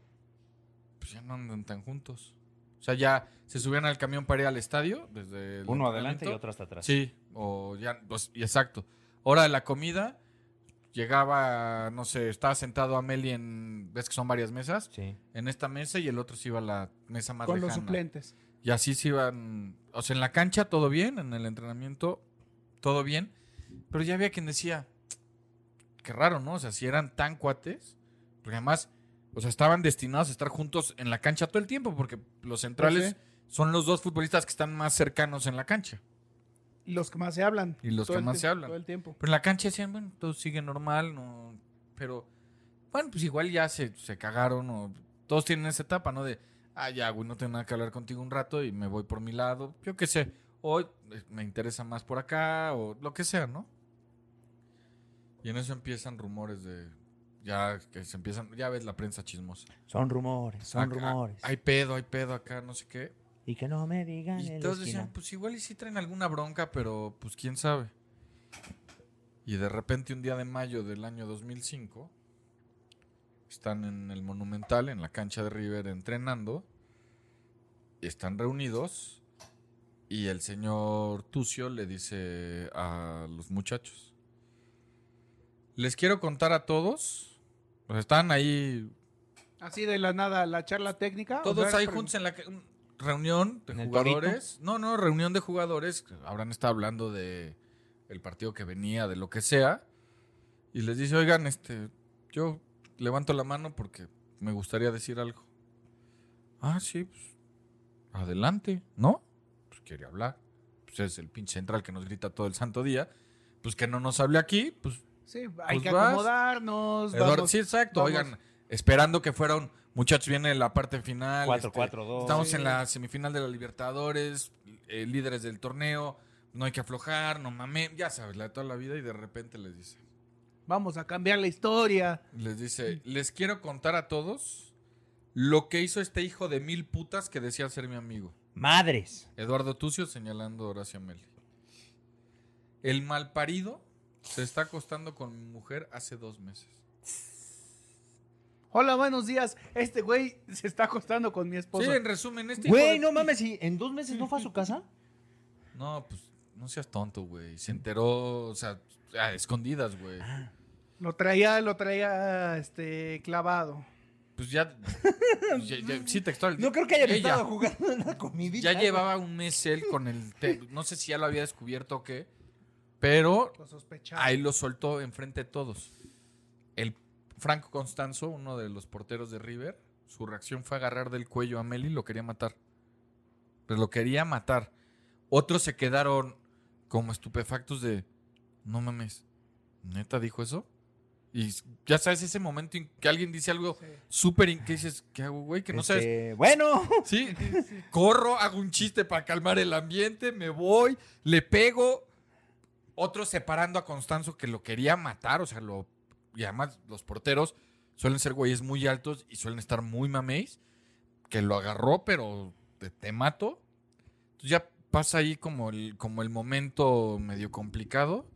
Speaker 5: pues ya no andan tan juntos. O sea, ya se subían al camión para ir al estadio desde el
Speaker 3: Uno adelante y
Speaker 5: entrenamiento.
Speaker 3: otro hasta atrás.
Speaker 5: Sí, o ya, pues, y exacto. Hora de la comida, llegaba, no sé, estaba sentado Ameli en, ves que son varias mesas,
Speaker 3: Sí.
Speaker 5: en esta mesa y el otro se iba a la mesa más
Speaker 4: Con los
Speaker 5: lejana.
Speaker 4: suplentes.
Speaker 5: Y así se iban. O sea, en la cancha todo bien, en el entrenamiento todo bien. Pero ya había quien decía, qué raro, ¿no? O sea, si eran tan cuates, porque además, o sea, estaban destinados a estar juntos en la cancha todo el tiempo, porque los centrales son los dos futbolistas que están más cercanos en la cancha.
Speaker 4: Y los que más se hablan.
Speaker 5: Y los
Speaker 4: Todo
Speaker 5: que
Speaker 4: el
Speaker 5: más
Speaker 4: tie-
Speaker 5: se hablan.
Speaker 4: Todo el tiempo.
Speaker 5: Pero en la cancha decían, bueno, todo sigue normal, no. Pero, bueno, pues igual ya se, se cagaron, o todos tienen esa etapa, ¿no? De, ah, ya, güey, no tengo nada que hablar contigo un rato y me voy por mi lado, yo qué sé. O eh, me interesa más por acá, o lo que sea, ¿no? Y en eso empiezan rumores de. Ya que se empiezan. Ya ves la prensa chismosa.
Speaker 3: Son rumores, son
Speaker 5: Acá,
Speaker 3: rumores.
Speaker 5: Hay pedo, hay pedo acá, no sé qué.
Speaker 3: Y que no me digan
Speaker 5: Y
Speaker 3: en la
Speaker 5: todos
Speaker 3: esquina.
Speaker 5: decían, pues igual y sí traen alguna bronca, pero pues quién sabe. Y de repente un día de mayo del año 2005, están en el Monumental, en la cancha de River, entrenando. Y están reunidos. Y el señor Tucio le dice a los muchachos. Les quiero contar a todos. Pues están ahí
Speaker 4: Así de la nada, la charla técnica.
Speaker 5: todos
Speaker 4: o sea,
Speaker 5: ahí
Speaker 4: pre-
Speaker 5: juntos en la ca- un- reunión de
Speaker 3: ¿En el
Speaker 5: jugadores. No, no, reunión de jugadores. Habrán estado hablando de el partido que venía, de lo que sea. Y les dice, oigan, este, yo levanto la mano porque me gustaría decir algo. Ah, sí, pues, adelante, ¿no? Pues quiere hablar. Pues es el pinche central que nos grita todo el santo día. Pues que no nos hable aquí, pues
Speaker 4: Sí, hay
Speaker 5: Pues
Speaker 4: que
Speaker 5: vas.
Speaker 4: acomodarnos.
Speaker 5: Eduardo,
Speaker 4: Pues, vamos.
Speaker 5: sí, exacto.
Speaker 4: vamos.
Speaker 5: Oigan, esperando que fuera un muchachos, viene la parte final.
Speaker 3: Cuatro, cuatro, dos.
Speaker 5: este, Estamos
Speaker 4: Sí.
Speaker 5: en la semifinal de la Libertadores, eh, líderes del torneo, no hay que aflojar, no mames, ya sabes, la de toda la vida y de repente les dice,
Speaker 4: Vamos a cambiar la historia.
Speaker 5: les
Speaker 3: Mm.
Speaker 5: dice, les quiero contar a todos lo que hizo este hijo de mil putas que decía ser mi amigo.
Speaker 3: Madres.
Speaker 5: Eduardo Tucio señalando a Horacio Meli. El malparido se está acostando con mi mujer hace dos meses.
Speaker 4: Hola, buenos días. Este güey se está acostando con mi esposa.
Speaker 5: Sí, en resumen, este hijo de
Speaker 3: Güey, no mames, ¿y en dos meses no fue a su casa?
Speaker 5: No, pues no seas tonto, güey. Se enteró, o sea, a escondidas, güey.
Speaker 3: Ah,
Speaker 4: Lo traía, lo traía este clavado.
Speaker 5: Pues ya, pues
Speaker 3: <laughs>
Speaker 5: ya- ya- sí textual.
Speaker 3: No creo que hayan
Speaker 5: Ella.
Speaker 3: estado ¿eh? jugando en la comidita.
Speaker 5: Ya llevaba un mes él con el te- no sé si ya lo había descubierto o qué, pero
Speaker 4: Lo sospechaba.
Speaker 5: ahí lo soltó enfrente de todos. El Franco Constanzo, uno de los porteros de River, su reacción fue agarrar del cuello a Meli y lo quería matar. Pero lo quería matar. Otros se quedaron como estupefactos de, no mames, ¿neta dijo eso? Y ya sabes ese momento en que alguien dice algo súper in- que dices, ¿qué hago, güey? Que no sabes
Speaker 3: Este, Bueno,
Speaker 5: Sí, corro, hago un chiste para calmar el ambiente, me voy, le pego. Otro separando a Constanzo que lo quería matar, o sea, lo. Y además, los porteros suelen ser güeyes muy altos y suelen estar muy mameis. Que lo agarró, pero te, te mato. Entonces ya pasa ahí como el, como el momento medio complicado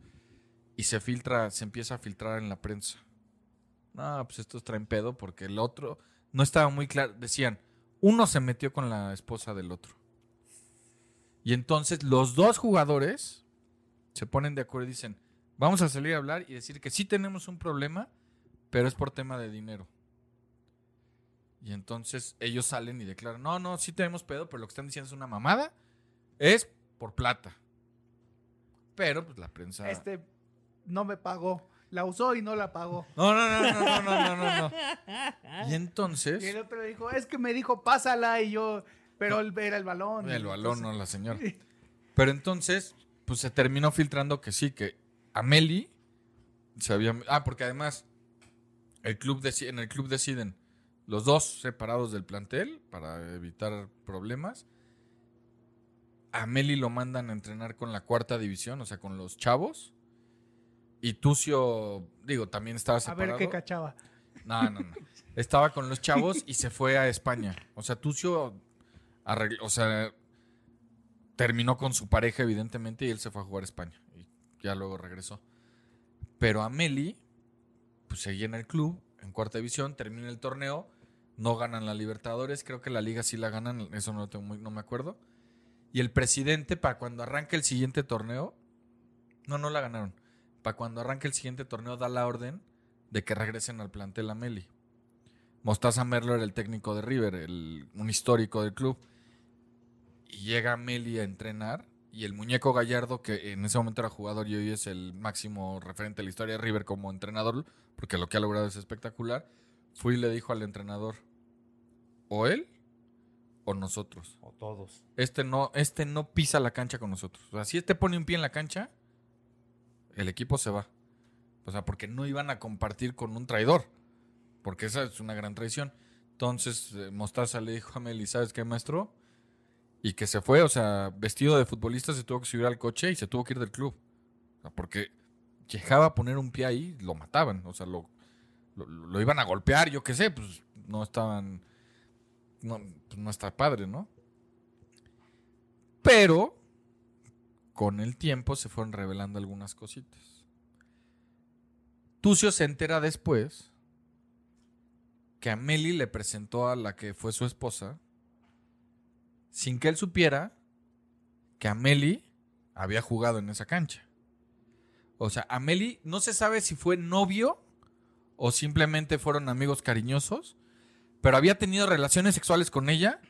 Speaker 5: y se filtra, se empieza a filtrar en la prensa. No, pues estos traen pedo porque el otro no estaba muy claro. Decían, uno se metió con la esposa del otro. Y entonces los dos jugadores se ponen de acuerdo y dicen, vamos a salir a hablar y decir que sí tenemos un problema, pero es por tema de dinero. Y entonces ellos salen y declaran, no, no, sí tenemos pedo, pero lo que están diciendo es una mamada, es por plata. Pero pues la prensa...
Speaker 4: Este no me pagó. La usó y no la
Speaker 5: <laughs>
Speaker 4: pagó.
Speaker 5: No, no, no, no, no, no, no, no. Y entonces...
Speaker 4: Y el otro le dijo, es que me dijo, pásala. Y yo, pero él era el balón.
Speaker 5: El balón, no la señora. Pero entonces, pues se terminó filtrando que sí, que Ameli se había. Ah, porque además, el club deci- en el club deciden los dos separados del plantel para evitar problemas. A Meli lo mandan a entrenar con la cuarta división, o sea, con los chavos. Y Tucio, digo, también estaba
Speaker 4: A ver
Speaker 5: separado.
Speaker 4: qué cachaba.
Speaker 5: No, no, no. Estaba con los chavos y se fue a España. O sea, Tucio arregló- o sea, terminó con su pareja, evidentemente, y él se fue a jugar a España. Y ya luego regresó. Pero Ameli, pues seguía en el club, en cuarta división, termina el torneo, no ganan la Libertadores, creo que la liga sí la ganan, eso no, lo tengo muy- no me acuerdo. Y el presidente, para cuando arranque el siguiente torneo, no, no la ganaron. Para cuando arranque el siguiente torneo, da la orden de que regresen al plantel a Meli. Mostaza Merlo era el técnico de River, el- un histórico del club. Y llega Meli a entrenar. Y el muñeco Gallardo, que en ese momento era jugador y hoy es el máximo referente de la historia de River como entrenador, porque lo que ha logrado es espectacular, fue y le dijo al entrenador, o él o nosotros.
Speaker 3: o todos.
Speaker 5: Este no, este no pisa la cancha con nosotros. O sea, si este pone un pie en la cancha, el equipo se va. O sea, porque no iban a compartir con un traidor. Porque esa es una gran traición. Entonces, eh, Mostaza le dijo a Meli, ¿sabes qué, maestro? Y que se fue, o sea, vestido de futbolista se tuvo que subir al coche y se tuvo que ir del club. O sea, porque llegaba a poner un pie ahí, lo mataban. O sea, lo, lo, lo iban a golpear, yo qué sé, pues no estaban. No, pues, no está padre, ¿no? Pero con el tiempo se fueron revelando algunas cositas. Tucio se entera después que a Meli le presentó a la que fue su esposa sin que él supiera que Ameli había jugado en esa cancha. O sea, Ameli no se sabe si fue novio o simplemente fueron amigos cariñosos, pero había tenido relaciones sexuales con ella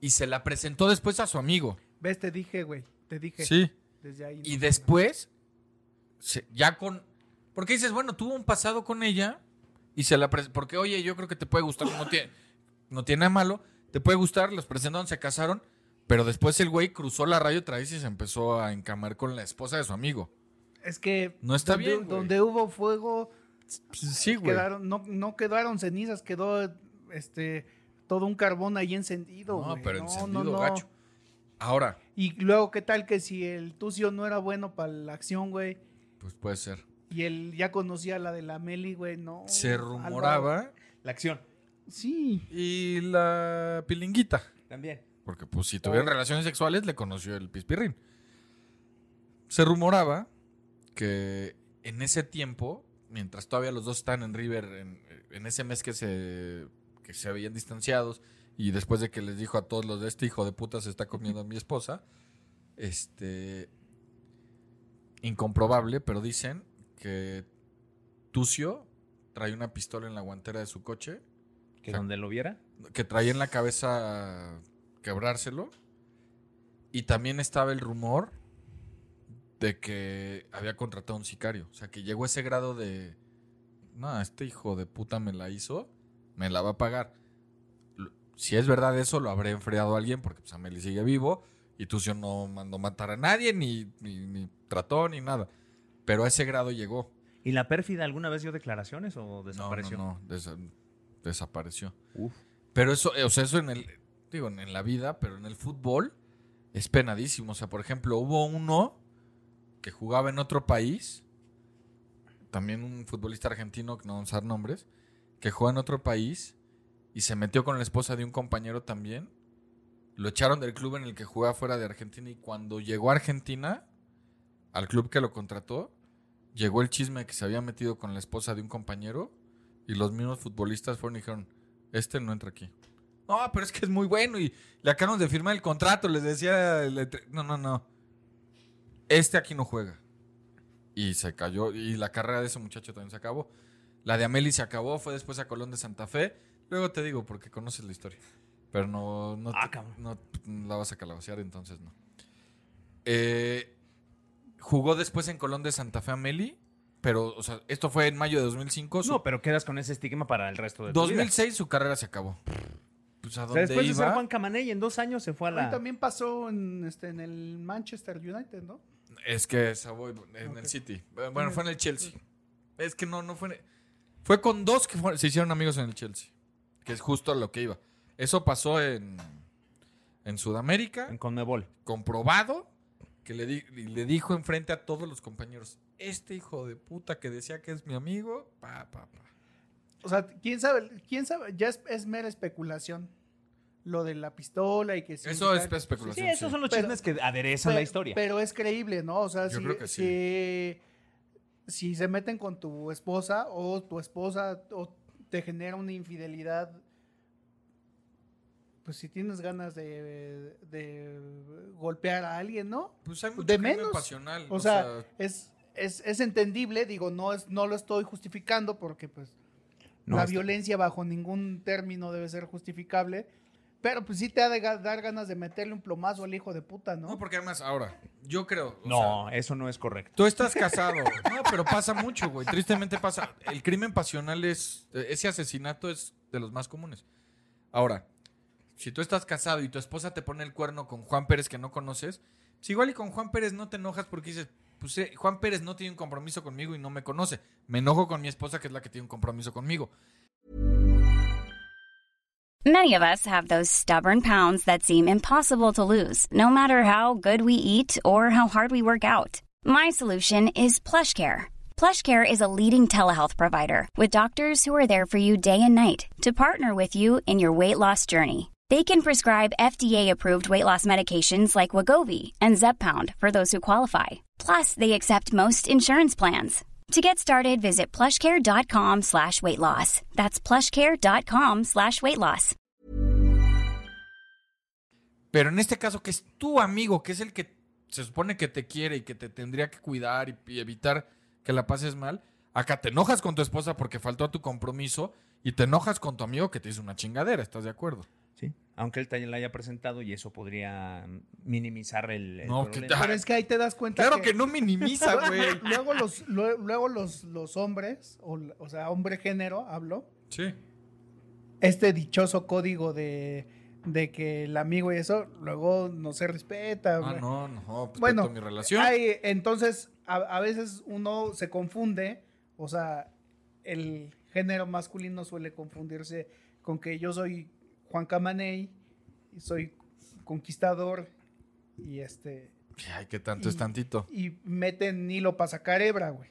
Speaker 5: y se la presentó después a su amigo.
Speaker 4: ¿Ves? Te dije, güey. Te dije.
Speaker 5: Sí.
Speaker 4: Desde ahí.
Speaker 5: Y
Speaker 4: no.
Speaker 5: después, se- ya con. Porque dices, bueno, tuvo un pasado con ella y se la pres- Porque, oye, yo creo que te puede gustar, no tiene, no tiene nada malo, te puede gustar, los presentaron, se casaron, pero después el güey cruzó la radio otra vez y se empezó a encamar con la esposa de su amigo.
Speaker 4: Es que
Speaker 5: No está
Speaker 4: donde,
Speaker 5: bien, güey.
Speaker 4: donde hubo fuego,
Speaker 5: Pues Sí, güey.
Speaker 4: quedaron, no, no quedaron cenizas, quedó este todo un carbón ahí encendido.
Speaker 5: No,
Speaker 4: güey.
Speaker 5: pero
Speaker 4: no,
Speaker 5: encendido,
Speaker 4: no, no.
Speaker 5: gacho. Ahora,
Speaker 4: Y luego, ¿qué tal que si el Tucio no era bueno para la acción, güey?
Speaker 5: pues puede ser.
Speaker 4: Y él ya conocía la de la Meli, güey, no.
Speaker 5: Se
Speaker 4: Oh, Álvaro.
Speaker 5: rumoraba
Speaker 3: La acción,
Speaker 4: Sí.
Speaker 5: y la pilinguita.
Speaker 3: también.
Speaker 5: Porque pues si tuvieron relaciones sexuales le conoció el pispirrín. Se rumoraba que en ese tiempo, mientras todavía los dos están en River, en, en ese mes que se, que se habían distanciados y después de que les dijo a todos los de este hijo de puta se está comiendo a mi esposa, este... Incomprobable, pero dicen que Tucio trae una pistola en la guantera de su coche
Speaker 3: Que donde lo viera.
Speaker 5: que traía en la cabeza quebrárselo. Y también estaba el rumor de que había contratado a un sicario. O sea, que llegó a ese grado de, no, este hijo de puta me la hizo, me la va a pagar. Lo- Si es verdad eso, lo habré enfriado a alguien porque pues, Ameli sigue vivo y Tucio no mandó matar a nadie, ni, ni, ni trató, ni nada. Pero a ese grado llegó.
Speaker 3: ¿Y la pérfida alguna vez dio declaraciones o desapareció?
Speaker 5: No, no, no, desa- desapareció. Pero eso, eh, o sea, eso en el, digo, en- en la vida, pero en el fútbol es penadísimo. O sea, por ejemplo, hubo uno que jugaba en otro país, también un futbolista argentino, que no vamos a dar nombres, que juega en otro país y se metió con la esposa de un compañero también. Lo echaron del club en el que jugaba fuera de Argentina y cuando llegó a Argentina, al club que lo contrató, llegó el chisme de que se había metido con la esposa de un compañero y los mismos futbolistas fueron y dijeron, este no entra aquí. No, pero es que es muy bueno y le acabamos de firmar el contrato, les decía, el entre- no, no, no. Este aquí no juega. Y se cayó, y la carrera de ese muchacho también se acabó. La de Ameli se acabó, fue después a Colón de Santa Fe. Luego te digo, porque conoces la historia. Pero no, no, te-
Speaker 3: Ah, cabrón.
Speaker 5: no la vas a calabacear, entonces no. Eh, jugó después en Colón de Santa Fe Ameli, pero, o sea, esto fue en mayo de 2005. su
Speaker 3: No, pero quedas con ese estigma para el resto de tu vida.
Speaker 5: 2006 su carrera se acabó. Pues a
Speaker 3: O sea,
Speaker 5: dónde
Speaker 3: después de ser
Speaker 5: iba.
Speaker 3: Juan Camaney, en dos años se fue a
Speaker 4: Hoy
Speaker 3: la...
Speaker 4: también pasó en, este, en el Manchester United, ¿no?
Speaker 5: Es que esa voy en el City. Bueno, fue en el Chelsea. Es que no, no fue. en el- Fue con dos que fueron- se hicieron amigos en el Chelsea. Que es justo a lo que iba. Eso pasó en, en Sudamérica.
Speaker 3: En Conmebol.
Speaker 5: Pues comprobado que le, di- y le dijo enfrente a todos los compañeros, este hijo de puta que decía que es mi amigo, pa, pa, pa.
Speaker 4: O sea, quién sabe, quién sabe, ya es, es mera especulación. Lo de la pistola y que sí,
Speaker 5: Eso es
Speaker 4: tal.
Speaker 3: Sí,
Speaker 5: especulación.
Speaker 3: esos
Speaker 5: sí.
Speaker 3: son los
Speaker 4: Pero-
Speaker 3: chismes que aderezan
Speaker 4: Pe-
Speaker 3: la historia.
Speaker 4: Pero es creíble, ¿no? O sea,
Speaker 5: Yo
Speaker 4: si,
Speaker 5: creo que sí.
Speaker 4: si- si se meten con tu esposa o tu esposa o te genera una infidelidad, pues si tienes ganas de, de golpear a alguien, ¿no?
Speaker 5: Pues hay mucho
Speaker 4: de
Speaker 5: crimen
Speaker 4: menos.
Speaker 5: pasional.
Speaker 4: O sea, es, es, es entendible, digo, no, es, no lo estoy justificando porque pues
Speaker 3: No,
Speaker 4: la
Speaker 3: está-
Speaker 4: violencia bajo ningún término debe ser justificable. Pero pues sí te ha de ga- dar ganas de meterle un plomazo al hijo de puta, ¿no?
Speaker 5: no, porque además, ahora, yo creo. o
Speaker 3: No,
Speaker 5: sea,
Speaker 3: eso no es correcto.
Speaker 5: tú estás casado. no, pero pasa mucho, güey. Tristemente pasa. El crimen pasional es. Ese asesinato es de los más comunes. Ahora, si tú estás casado y tu esposa te pone el cuerno con Juan Pérez que no conoces, pues igual y con Juan Pérez no te enojas porque dices, pues eh, Juan Pérez no tiene un compromiso conmigo y no me conoce. Me enojo con mi esposa que es la que tiene un compromiso conmigo.
Speaker 6: Many of us have those stubborn pounds that seem impossible to lose, no matter how good we eat or how hard we work out. My solution is PlushCare. PlushCare is a leading telehealth provider with doctors who are there for you day and night to partner with you in your weight loss journey. They can prescribe FDA-approved weight loss medications like Wagovi and Zepbound for those who qualify. Plus, they accept most insurance plans. To get started, visit plushcare.com slash weight loss. That's plushcare.com slash weight loss.
Speaker 5: Pero en este caso, que es tu amigo, que es el que se supone que te quiere y que te tendría que cuidar y, y evitar que la pases mal, acá te enojas con tu esposa porque faltó a tu compromiso y te enojas con tu amigo que te hizo una chingadera, ¿estás de acuerdo?
Speaker 3: Sí. Aunque él también la haya presentado y eso podría minimizar el, el
Speaker 5: No, que
Speaker 3: problema.
Speaker 5: te-
Speaker 4: Pero es que ahí te das cuenta
Speaker 5: Claro que no
Speaker 4: <laughs>
Speaker 5: minimiza, güey.
Speaker 4: Luego los, lue- luego los, los hombres, o, la- o sea, hombre género, hablo,
Speaker 5: Sí.
Speaker 4: este dichoso código de, de que el amigo y eso, luego no se respeta.
Speaker 5: Ah,
Speaker 4: güey.
Speaker 5: no, no, pues
Speaker 4: Bueno,
Speaker 5: bueno, mi relación.
Speaker 4: hay- entonces, a, a veces uno se confunde, o sea, el género masculino suele confundirse con que yo soy Juan Camaney, y soy conquistador, y este...
Speaker 5: Ay, que tanto es
Speaker 4: y-
Speaker 5: tantito.
Speaker 4: Y meten hilo para sacar hebra, güey.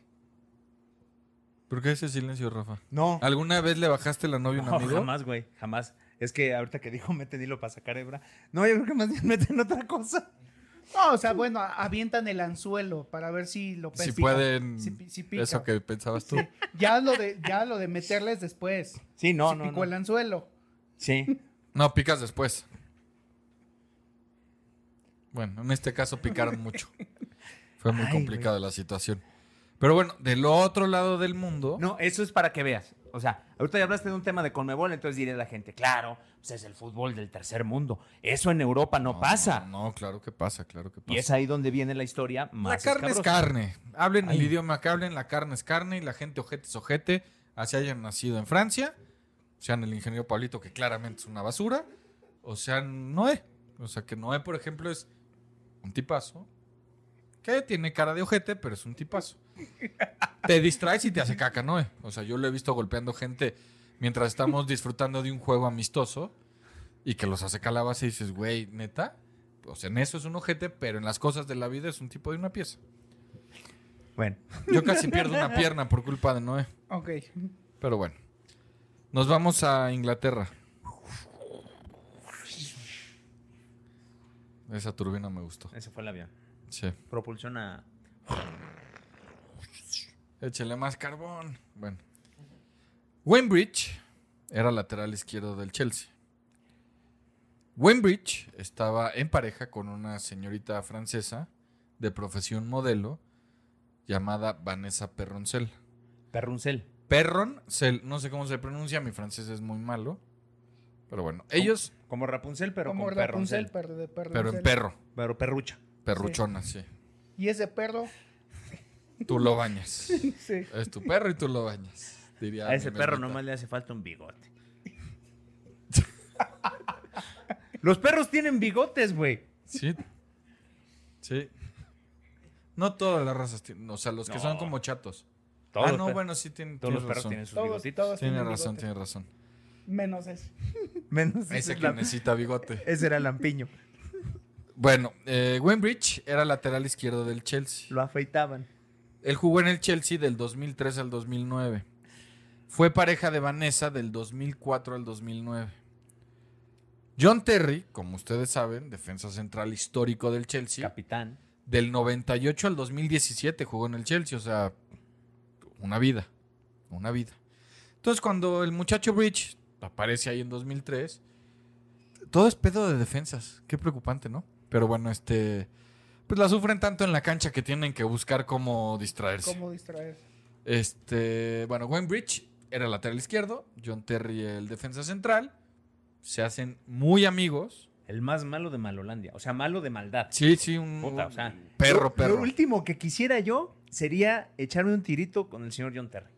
Speaker 5: ¿Por qué ese silencio, Rafa?
Speaker 3: No,
Speaker 5: ¿Alguna vez le bajaste la novia a un
Speaker 3: No,
Speaker 5: amigo?
Speaker 3: jamás, güey, jamás. Es que ahorita que dijo <laughs> meten hilo para sacar hebra. No, yo creo que más bien <laughs> meten otra cosa.
Speaker 4: No, o sea, bueno, a- avientan el anzuelo para ver si lo
Speaker 5: Si
Speaker 4: pescan.
Speaker 5: pueden.
Speaker 4: Pues Si, pi- si pica.
Speaker 5: Eso que
Speaker 4: <laughs>
Speaker 5: pensabas tú.
Speaker 4: Ya lo de, ya lo de meterles después.
Speaker 3: Sí, no,
Speaker 4: si
Speaker 3: no,
Speaker 4: picó
Speaker 3: no.
Speaker 4: el anzuelo.
Speaker 3: Sí.
Speaker 5: No, picas después. Bueno, en este caso
Speaker 3: <laughs>
Speaker 5: picaron mucho. Fue muy
Speaker 3: Ay,
Speaker 5: complicada la situación. Pero bueno, del otro lado del mundo.
Speaker 3: <laughs> No, eso es para que veas. O sea, ahorita ya hablaste de un tema de Conmebol, entonces diré a la gente, claro, pues es el fútbol del tercer mundo. Eso en Europa no, pasa.
Speaker 5: No, no, claro que pasa, claro que pasa.
Speaker 3: Y es ahí donde viene la historia más
Speaker 5: la carne es
Speaker 3: escabrosa.
Speaker 5: carne. Hablen el idioma que hablen, la carne es carne y la gente ojete es ojete. así hayan nacido en Francia, sean el ingeniero Pablito, que claramente es una basura, o sean Noé. O sea, que Noé, por ejemplo, es un tipazo que tiene cara de ojete, pero es un tipazo. Te distraes y te hace caca, Noé. O sea, yo lo he visto golpeando gente mientras estamos disfrutando de un juego amistoso y que los hace calabazas y dices, güey, neta. O sea, en eso es un ojete, pero en las cosas de la vida es un tipo de una pieza.
Speaker 3: Bueno,
Speaker 5: Yo casi pierdo una pierna por culpa de Noé.
Speaker 4: Ok.
Speaker 5: Pero bueno. Nos vamos a Inglaterra. Esa turbina me gustó.
Speaker 3: ese fue el avión.
Speaker 5: Sí.
Speaker 3: Propulsión a...
Speaker 5: Échale más carbón. Bueno. Wembridge era lateral izquierdo del Chelsea. Wembridge estaba en pareja con una señorita francesa de profesión modelo llamada Vanessa Perroncel.
Speaker 3: Perruncel.
Speaker 5: Perroncel, no sé cómo se pronuncia, mi francés es muy malo. Pero bueno, ellos,
Speaker 3: Como Rapunzel, pero
Speaker 4: Como
Speaker 3: con
Speaker 4: Rapunzel,
Speaker 3: Perruncel.
Speaker 4: perro de perro.
Speaker 5: pero en perro,
Speaker 3: Pero perrucha.
Speaker 5: perruchona, sí.
Speaker 4: Y ese perro,
Speaker 5: Tú lo bañas.
Speaker 4: sí.
Speaker 5: Es tu perro y tú lo bañas. Diría
Speaker 3: A ese
Speaker 5: mi
Speaker 3: perro
Speaker 5: mamita.
Speaker 3: nomás le hace falta un bigote. <laughs> Los perros tienen bigotes, güey.
Speaker 5: Sí. Sí. No todas las razas tienen. O sea, los que son
Speaker 3: No.
Speaker 5: como chatos.
Speaker 3: Todos
Speaker 5: ah,
Speaker 3: los
Speaker 5: no,
Speaker 3: perros-
Speaker 5: bueno, sí tienen.
Speaker 3: Todos los
Speaker 5: tienes
Speaker 3: perros
Speaker 5: razón.
Speaker 3: tienen sus
Speaker 4: Todos,
Speaker 3: bigotitos.
Speaker 4: todos
Speaker 5: Tiene
Speaker 4: tienen
Speaker 5: razón,
Speaker 4: bigote.
Speaker 5: tiene razón.
Speaker 4: Menos ese.
Speaker 3: Menos <laughs>
Speaker 5: Ese
Speaker 3: es
Speaker 5: que
Speaker 3: la-
Speaker 5: necesita bigote.
Speaker 3: ese era Lampiño. <laughs>
Speaker 5: Bueno, eh, Wembridge era lateral izquierdo del Chelsea.
Speaker 3: Lo afeitaban.
Speaker 5: Él jugó en el Chelsea del 2003 al 2009. Fue pareja de Vanessa del 2004 al 2009. John Terry, como ustedes saben, defensa central histórico del Chelsea,
Speaker 3: Capitán.
Speaker 5: del 98 al 2017 jugó en el Chelsea, o sea, una vida, una vida. Entonces cuando el muchacho Bridge aparece ahí en 2003, todo es pedo de defensas, qué preocupante, ¿no? Pero bueno, este, pues la sufren tanto en la cancha que tienen que buscar cómo distraerse.
Speaker 4: ¿Cómo distraer?
Speaker 5: Este, bueno, Wayne Bridge era lateral izquierdo, John Terry el defensa central. Se hacen muy amigos.
Speaker 3: El más malo de Malolandia. O sea, malo de maldad.
Speaker 5: Sí, sí, un,
Speaker 3: Puta, o
Speaker 5: un
Speaker 3: sea,
Speaker 5: perro,
Speaker 3: Lo- Lo
Speaker 5: perro.
Speaker 3: último que quisiera yo sería echarme un tirito con el señor John Terry.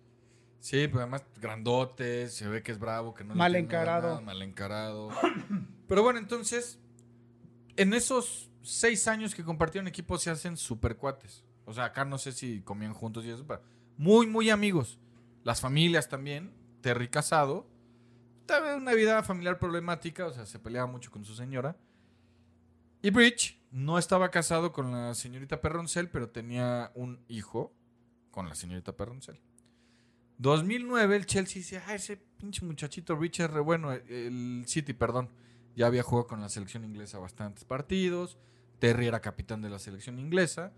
Speaker 5: Sí, pero además grandote, se ve que es bravo, que no le
Speaker 4: Mal
Speaker 5: tiene miedo a
Speaker 4: encarado.
Speaker 5: nada, mal encarado. <clears throat> Pero bueno, entonces, en esos seis años que compartieron equipo se hacen super cuates. O sea, acá no sé si comían juntos y eso, pero muy, muy amigos. Las familias también, Terry casado. También una vida familiar problemática, o sea, se peleaba mucho con su señora. Y Bridge no estaba casado con la señorita Perroncel, pero tenía un hijo con la señorita Perroncel. 2009 el Chelsea dice, ah, ese pinche muchachito Bridge es re bueno, el City, perdón. Ya había jugado con la selección inglesa bastantes partidos. Terry era capitán de la selección inglesa.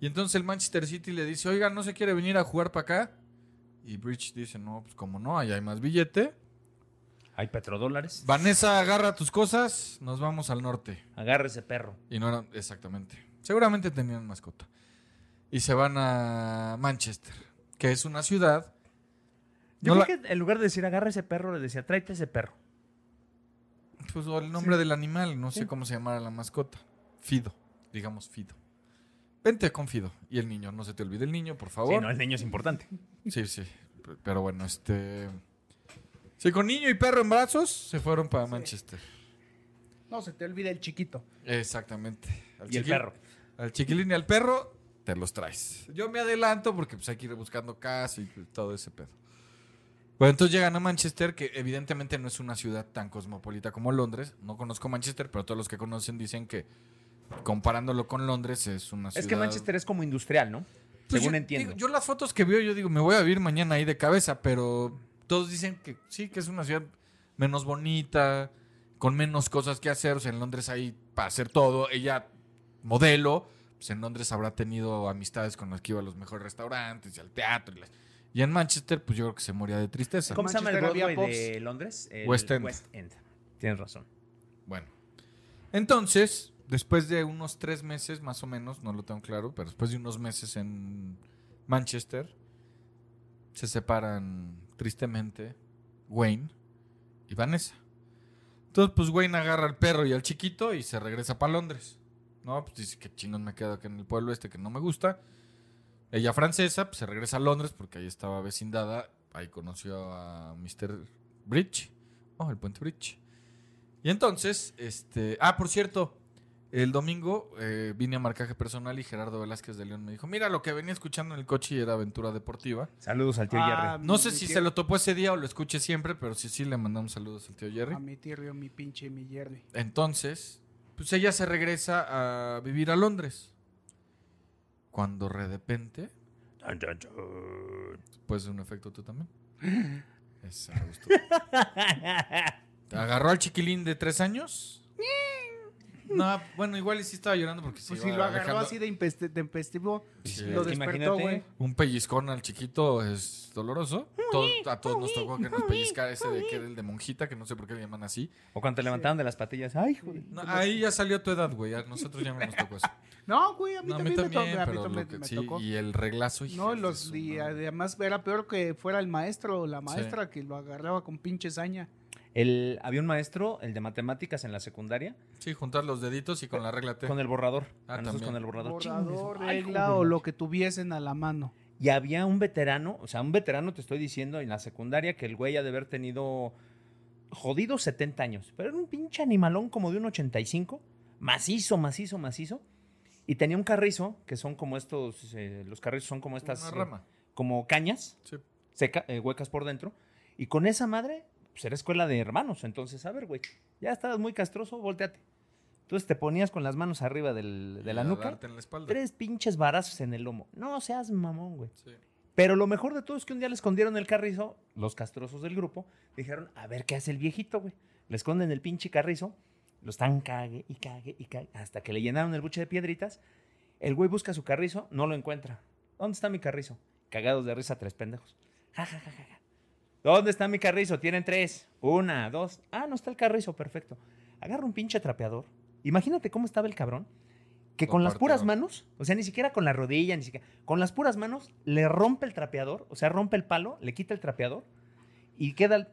Speaker 5: Y entonces el Manchester City le dice, oiga, ¿no se quiere venir a jugar para acá? Y Bridge dice, no, pues como no, allá hay más billete.
Speaker 3: Hay petrodólares.
Speaker 5: Vanessa, agarra tus cosas, nos vamos al norte.
Speaker 3: Agarra ese perro.
Speaker 5: Y no eran exactamente. Seguramente tenían mascota. Y se van a Manchester, que es una ciudad.
Speaker 3: Yo
Speaker 5: No la-
Speaker 3: creo que en lugar de decir agarra ese perro, le decía tráete ese perro.
Speaker 5: Pues o el nombre del animal, no sé cómo se llamara la mascota. Fido, digamos Fido. Vente con Fido. Y el niño, no se te olvide el niño, por favor.
Speaker 3: Sí, no, el niño es importante.
Speaker 5: Sí, sí. P- Pero bueno, este. Sí, con niño y perro en brazos se fueron para Manchester.
Speaker 4: No, se te olvida el chiquito.
Speaker 5: Exactamente. Al
Speaker 3: Y el
Speaker 5: chiquil-
Speaker 3: perro.
Speaker 5: Al chiquilín y al perro te los traes. Yo me adelanto porque pues hay que ir buscando casa y todo ese pedo. Bueno, entonces llegan a Manchester, que evidentemente no es una ciudad tan cosmopolita como Londres. No conozco Manchester, pero todos los que conocen dicen que comparándolo con Londres es una ciudad...
Speaker 3: Es que Manchester es como industrial, ¿no?
Speaker 5: Pues
Speaker 3: Según
Speaker 5: yo-
Speaker 3: entiendo.
Speaker 5: digo, yo las fotos que veo, yo digo, me voy a vivir mañana ahí de cabeza, pero todos dicen que sí, que es una ciudad menos bonita, con menos cosas que hacer. O sea, en Londres hay para hacer todo. Ella, modelo, pues en Londres habrá tenido amistades con las que iba a los mejores restaurantes y al teatro. Y, las- y en Manchester, pues yo creo que se moría de tristeza.
Speaker 3: ¿Cómo se llama el
Speaker 4: Manchester había
Speaker 3: Broadway de Londres? El
Speaker 5: West End.
Speaker 3: End. Tienes razón.
Speaker 5: Bueno. Entonces, después de unos tres meses, más o menos, no lo tengo claro, pero después de unos meses en Manchester, se separan tristemente Wayne y Vanessa. Entonces, pues Wayne agarra al perro y al chiquito y se regresa para Londres. No, pues dice que chingón me quedo acá en el pueblo este que no me gusta. Ella francesa, pues se regresa a Londres porque ahí estaba vecindada ahí conoció a Mr. Bridge. Oh, el puente Bridge. Y entonces, este. Ah, por cierto, el domingo eh, vine a marcaje personal y Gerardo Velázquez de León me dijo: Mira, lo que venía escuchando en el coche y era aventura deportiva.
Speaker 3: Saludos al tío
Speaker 4: Ah,
Speaker 5: No sé
Speaker 1: Mi
Speaker 5: si
Speaker 1: tío-
Speaker 5: se lo topó ese día o lo escuché siempre, pero sí, sí, le mandamos saludos al tío Jerry.
Speaker 1: A mi tío, mi pinche, mi Jerry.
Speaker 5: Entonces, pues ella se regresa a vivir a Londres. Cuando de repente, pues un efecto tú también.
Speaker 4: <gasps>
Speaker 5: Es a gusto. Agarró al chiquilín de tres años. No, bueno, igual y sí estaba llorando porque sí.
Speaker 4: Pues si lo agarró así de, impeste- de empestivo, lo
Speaker 5: es que
Speaker 4: despertó, güey.
Speaker 3: imagínate.
Speaker 5: Un pellizcón al chiquito es doloroso. Todo- a todos nos tocó que nos pellizcara ese de que era el de monjita, que no sé por qué le llaman así.
Speaker 3: O cuando te levantaron de las patillas. Ay, joder.
Speaker 5: No, ahí ya salió tu edad, güey. A nosotros ya no nos tocó eso.
Speaker 4: No, güey, Pues <laughs> a mí
Speaker 5: No, a mí
Speaker 4: también, me,
Speaker 5: también,
Speaker 4: to- a mí
Speaker 5: pero
Speaker 4: también
Speaker 5: lo que-
Speaker 4: me
Speaker 5: sí,
Speaker 4: tocó.
Speaker 5: y el reglazo. hijas
Speaker 4: No,
Speaker 5: de
Speaker 4: los
Speaker 5: su
Speaker 4: y
Speaker 5: madre.
Speaker 4: además era peor que fuera el maestro o la
Speaker 5: Sí.
Speaker 4: maestra que lo agarraba con pinche saña.
Speaker 3: El, había un maestro, el de matemáticas en la secundaria,
Speaker 5: Sí, juntar los deditos y con la regla T.
Speaker 3: con el borrador. A
Speaker 5: Ah,
Speaker 3: nosotros
Speaker 5: también.
Speaker 3: con el borrador.
Speaker 4: Borrador,
Speaker 3: Chingues, ay,
Speaker 4: regla
Speaker 3: joder.
Speaker 4: o lo que tuviesen a la mano.
Speaker 3: Y había un veterano, o sea, un veterano, te estoy diciendo, en la secundaria, que el güey ha de haber tenido jodidos 70 años. Pero era un pinche animalón como de un 85, macizo, macizo, macizo. Y tenía un carrizo, que son como estos, eh, los carrizos son como estas,
Speaker 5: Una
Speaker 3: eh,
Speaker 5: rama.
Speaker 3: como cañas,
Speaker 5: Sí.
Speaker 3: seca- eh, huecas por dentro. Y con esa madre, pues era escuela de hermanos. Entonces, a ver, güey, ya estabas muy castroso, volteate. Entonces te ponías con las manos arriba del- de la
Speaker 5: Y a
Speaker 3: nuca,
Speaker 5: darte en la espalda.
Speaker 3: tres pinches varazos en el lomo. No seas mamón, güey.
Speaker 5: Sí.
Speaker 3: Pero lo mejor de todo es que un día le escondieron el carrizo, los castrosos del grupo, dijeron, a ver qué hace el viejito, güey. Le esconden el pinche carrizo, lo están cague y cague y cague, hasta que le llenaron el buche de piedritas. El güey busca su carrizo, no lo encuentra. ¿Dónde está mi carrizo? Cagados de risa, tres pendejos. Ja, ja, ja, ja, ja. ¿Dónde está mi carrizo? Tienen tres. Una, dos. Ah, no está el carrizo, perfecto. Agarra un pinche trapeador. Imagínate cómo estaba el cabrón. Que
Speaker 5: Lo
Speaker 3: con las
Speaker 5: partió.
Speaker 3: puras manos, o sea, ni siquiera con la rodilla, ni siquiera. Con las puras manos le rompe el trapeador, o sea, rompe el palo, le quita el trapeador y queda el.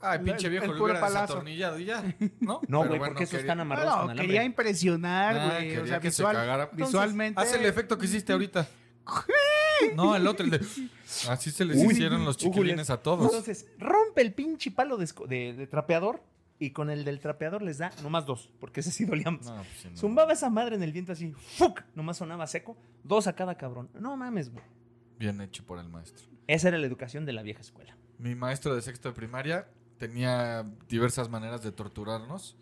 Speaker 5: Ay,
Speaker 4: El-
Speaker 5: pinche
Speaker 4: el
Speaker 5: viejo, lo
Speaker 4: puro
Speaker 5: hubiera
Speaker 4: palazo.
Speaker 5: desatornillado y ya,
Speaker 3: No,
Speaker 5: ¿no? Pero
Speaker 3: güey,
Speaker 5: bueno,
Speaker 3: porque esos
Speaker 5: quería-
Speaker 3: están amarrados
Speaker 4: Bueno,
Speaker 3: con alambre.
Speaker 4: quería impresionar,
Speaker 5: Ah,
Speaker 4: güey. o
Speaker 5: quería
Speaker 4: sea,
Speaker 5: que se
Speaker 4: visual-
Speaker 5: cagara. Entonces,
Speaker 4: visualmente.
Speaker 5: Haz el efecto que hiciste ahorita. No, el otro, el de. Así se les
Speaker 3: Uy,
Speaker 5: hicieron los
Speaker 3: ujules.
Speaker 5: chiquilines a todos.
Speaker 3: Entonces, rompe el pinche palo de, esco- de- de trapeador y con el del trapeador les da nomás dos, porque ese sí dolía más.
Speaker 5: No, pues sí, no.
Speaker 3: Zumbaba esa madre en el viento así, ¡fuc! Nomás sonaba seco, dos a cada cabrón. No mames, güey.
Speaker 5: Bien hecho por el maestro.
Speaker 3: Esa era la educación de la vieja escuela.
Speaker 5: Mi maestro de sexto de primaria tenía diversas maneras de torturarnos.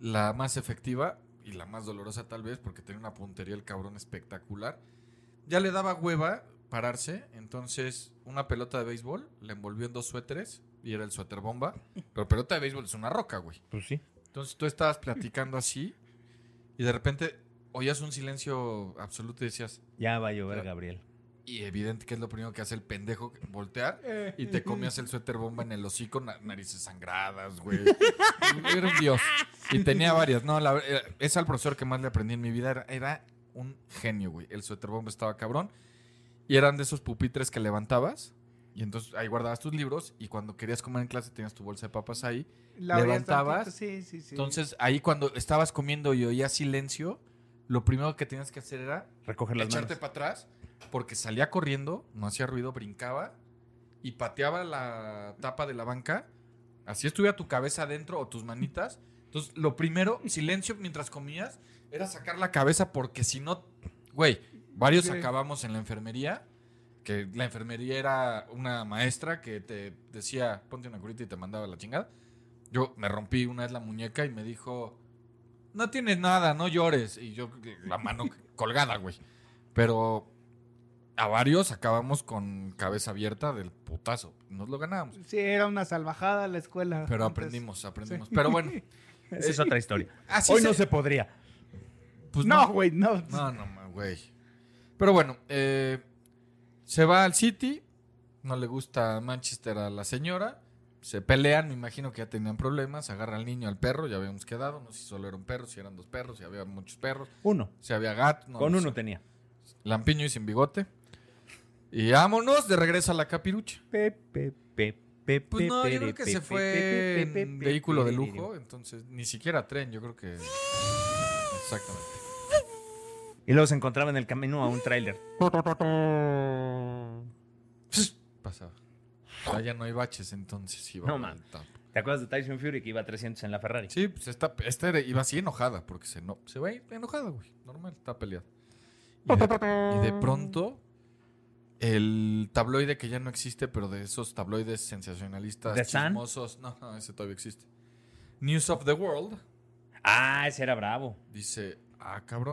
Speaker 5: La más efectiva y la más dolorosa tal vez, porque tenía una puntería el cabrón espectacular. Ya le daba hueva pararse, entonces una pelota de béisbol la envolvió en dos suéteres y era el suéter bomba. Pero pelota de béisbol es una roca, güey.
Speaker 3: Pues sí.
Speaker 5: Entonces tú estabas platicando así y de repente oías un silencio absoluto y decías,
Speaker 3: Ya va a llover, Gabriel.
Speaker 5: y evidente que es lo primero que hace el pendejo, voltear y te comías el suéter bomba en el hocico, na- narices sangradas, güey. Era un dios. Y tenía varias. No, la, eh, es al profesor que más le aprendí en mi vida. Era, era un genio, güey. El suéter bomba estaba cabrón. Y eran de esos pupitres que levantabas. Y entonces ahí guardabas tus libros. Y cuando querías comer en clase tenías tu bolsa de papas ahí.
Speaker 4: La abrías
Speaker 5: levantabas,
Speaker 4: tantito, Sí, sí, sí.
Speaker 5: Entonces ahí cuando estabas comiendo y oías silencio, lo primero que tenías que hacer era
Speaker 3: Recoger las
Speaker 5: echarte
Speaker 3: manos.
Speaker 5: para atrás porque salía corriendo, no hacía ruido, brincaba y pateaba la tapa de la banca. Así estuviera tu cabeza adentro o tus manitas. Entonces, lo primero, silencio mientras comías, era sacar la cabeza porque si no, güey, varios
Speaker 4: Sí.
Speaker 5: acabamos en la enfermería, que la enfermería era una maestra que te decía, ponte una curita y te mandaba la chingada. Yo me rompí una vez la muñeca y me dijo, no tienes nada, no llores. Y yo,
Speaker 3: <laughs>
Speaker 5: la mano colgada, güey. Pero a varios acabamos con cabeza abierta del putazo. Nos lo ganábamos.
Speaker 4: Sí, era una salvajada la escuela.
Speaker 5: Pero
Speaker 4: antes.
Speaker 5: aprendimos, aprendimos. Pero bueno,
Speaker 3: Esa es otra historia.
Speaker 5: así
Speaker 3: Hoy no se podría.
Speaker 5: pues
Speaker 4: No, güey, no.
Speaker 3: <laughs>
Speaker 5: No, no, ma- güey. Pero bueno, eh, se va al City. No le gusta Manchester a la señora. Se pelean, me imagino que ya tenían problemas. Agarra al niño, al perro, ya habíamos quedado. No sé si solo era un perro, si eran dos perros, si había muchos perros,
Speaker 3: Uno.
Speaker 5: si había gato. no
Speaker 3: Con
Speaker 5: lo
Speaker 3: uno
Speaker 5: sé.
Speaker 3: tenía.
Speaker 5: Lampiño y sin bigote. Y vámonos de regreso a la capirucha.
Speaker 3: Pepe, pepe, pepe.
Speaker 5: Pues no, yo creo que se fue en vehículo de lujo, entonces ni siquiera tren, yo
Speaker 3: <laughs>
Speaker 5: creo que. Exactamente.
Speaker 3: Y luego se encontraba en el camino a un tráiler.
Speaker 5: Pasaba. Ah, ya no hay baches, entonces sí va
Speaker 3: No,
Speaker 5: a
Speaker 3: man.
Speaker 5: aguantar.
Speaker 3: ¿Te acuerdas de Tyson Fury que iba a 300 en la Ferrari?
Speaker 5: Sí, pues esta, esta era- iba así enojada, porque se, no, se va a ir enojada, güey. Normal, está peleada. Y de, y de pronto, el tabloide que ya no existe, pero de esos tabloides sensacionalistas,
Speaker 3: ¿The Sun?
Speaker 5: chismosos. No, no, ese todavía existe. News of the World
Speaker 3: Ah, ese era bravo.
Speaker 5: dice: Ah, cabrón.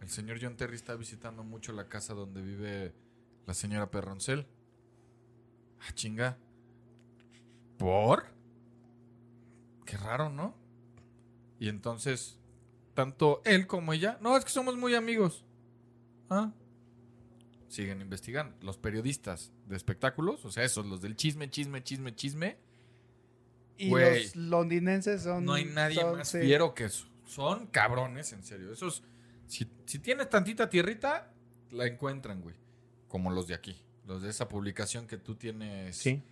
Speaker 5: El señor John Terry está visitando mucho la casa donde vive la señora Perroncel. Ah, chinga. ¿Por? Qué raro, ¿no? Y entonces, tanto él como ella. No, es que somos muy amigos. ¿Ah? Siguen investigando. Los periodistas de espectáculos, o sea, esos, los del chisme, chisme, chisme, chisme.
Speaker 4: Y
Speaker 5: Güey.
Speaker 4: los londinenses son.
Speaker 5: No hay nadie
Speaker 4: son-
Speaker 5: más
Speaker 4: sí.
Speaker 5: fiero que eso. Son cabrones, en serio. Esos, si, si tienes tantita tierrita, la encuentran, güey. Como los de aquí. Los de esa publicación que tú tienes.
Speaker 3: Sí,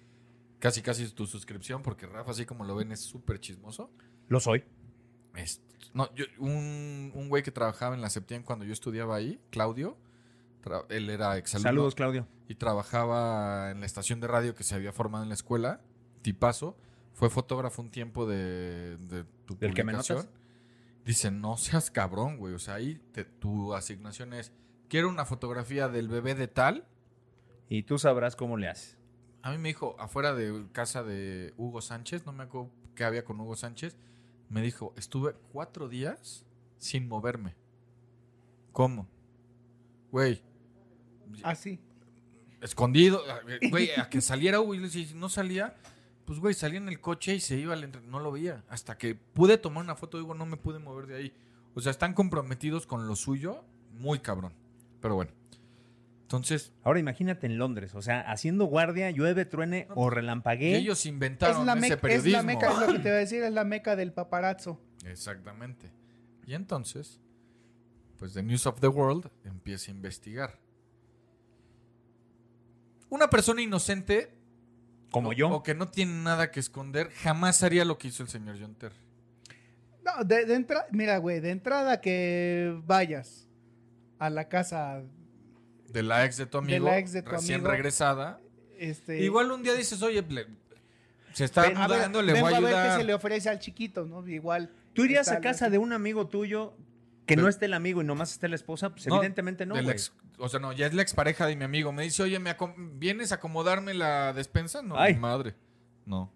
Speaker 5: Casi, casi tu suscripción, porque Rafa, así como lo ven, es súper chismoso.
Speaker 3: lo soy.
Speaker 5: Es- no, yo- un, un güey que trabajaba en la Septién cuando yo estudiaba ahí, Claudio. tra- él era exalumno
Speaker 3: Saludos, Claudio.
Speaker 5: y trabajaba en la estación de radio que se había formado en la escuela, Tipazo, fue fotógrafo un tiempo de, de tu
Speaker 3: ¿Del que me
Speaker 5: publicación.
Speaker 3: notas?
Speaker 5: Dice, no seas cabrón, güey. O sea, ahí te- tu asignación es, quiero una fotografía del bebé de tal.
Speaker 3: Y tú sabrás cómo le haces.
Speaker 5: A mí me dijo, afuera de casa de Hugo Sánchez, no me acuerdo qué había con Hugo Sánchez, me dijo, estuve cuatro días sin moverme. ¿Cómo? Güey,
Speaker 4: Así.
Speaker 5: escondido,
Speaker 4: <laughs>
Speaker 5: güey, a que saliera Will, si no salía, pues güey, salía en el coche y se iba al entre- no lo veía, hasta que pude tomar una foto, digo, no me pude mover de ahí. O sea, están comprometidos con lo suyo, muy cabrón. Pero bueno. Entonces,
Speaker 3: Ahora imagínate en Londres, o sea, haciendo guardia, llueve, truene o
Speaker 5: y
Speaker 3: relampaguee.
Speaker 5: ellos
Speaker 4: Es
Speaker 5: inventaron
Speaker 4: la,
Speaker 5: ese
Speaker 4: meca, es
Speaker 5: periodismo.
Speaker 4: la meca, es lo que te
Speaker 5: <laughs>
Speaker 4: voy a decir, es la meca del paparazzo.
Speaker 5: Exactamente. Y entonces, pues The News of the World empieza a investigar. Una persona inocente
Speaker 3: como
Speaker 5: o-
Speaker 3: yo.
Speaker 5: O que no tiene nada que esconder, jamás haría lo que hizo el señor John Terry.
Speaker 4: No, de, entrada, mira, güey, de entrada que vayas a la casa,
Speaker 5: De la ex de tu amigo.
Speaker 4: la ex de tu
Speaker 5: recién
Speaker 4: amigo.
Speaker 5: regresada.
Speaker 4: este...
Speaker 5: Igual un día dices, oye, le- se está
Speaker 4: ven- a ver,
Speaker 5: dudando, le
Speaker 4: vengo
Speaker 5: voy a
Speaker 4: a ver qué
Speaker 5: ayudar.
Speaker 4: se le ofrece al chiquito, ¿no? Igual.
Speaker 3: Tú irías a
Speaker 4: está la-
Speaker 3: casa de un amigo tuyo que
Speaker 5: Pero-
Speaker 3: no esté el amigo y nomás esté la esposa, pues
Speaker 5: No,
Speaker 3: evidentemente no,
Speaker 5: del
Speaker 3: güey.
Speaker 5: ex- o sea, no, ya es la expareja de mi amigo. Me dice, oye, ¿me acom- ¿vienes a acomodarme la despensa? No,
Speaker 3: Ay.
Speaker 5: mi madre. No,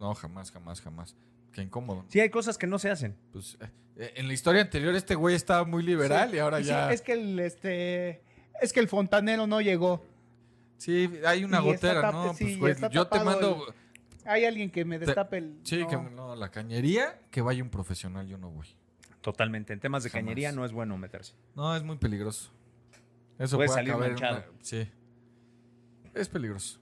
Speaker 5: no, jamás, jamás, jamás. Qué incómodo.
Speaker 3: Sí, hay cosas que no se hacen.
Speaker 5: Pues, eh, en la historia anterior este güey estaba muy liberal
Speaker 4: Sí,
Speaker 5: y ahora
Speaker 4: sí,
Speaker 5: ya...
Speaker 4: es que el este es que el fontanero no llegó.
Speaker 5: Sí, hay una
Speaker 4: Y está
Speaker 5: gotera,
Speaker 4: tap-
Speaker 5: ¿no?
Speaker 4: sí,
Speaker 5: Pues, güey,
Speaker 4: está
Speaker 5: yo te
Speaker 4: tapado
Speaker 5: mando...
Speaker 4: Hay alguien que me
Speaker 5: Te-
Speaker 4: destape el
Speaker 5: Sí,
Speaker 4: no.
Speaker 5: que no, la cañería, que vaya un profesional, yo no voy.
Speaker 3: Totalmente. En temas de
Speaker 5: Jamás.
Speaker 3: cañería no es bueno meterse.
Speaker 5: No, es muy peligroso. Eso
Speaker 3: Puede
Speaker 5: puede,
Speaker 3: salir
Speaker 5: acabar en
Speaker 3: manchado.
Speaker 5: una- sí. Es peligroso.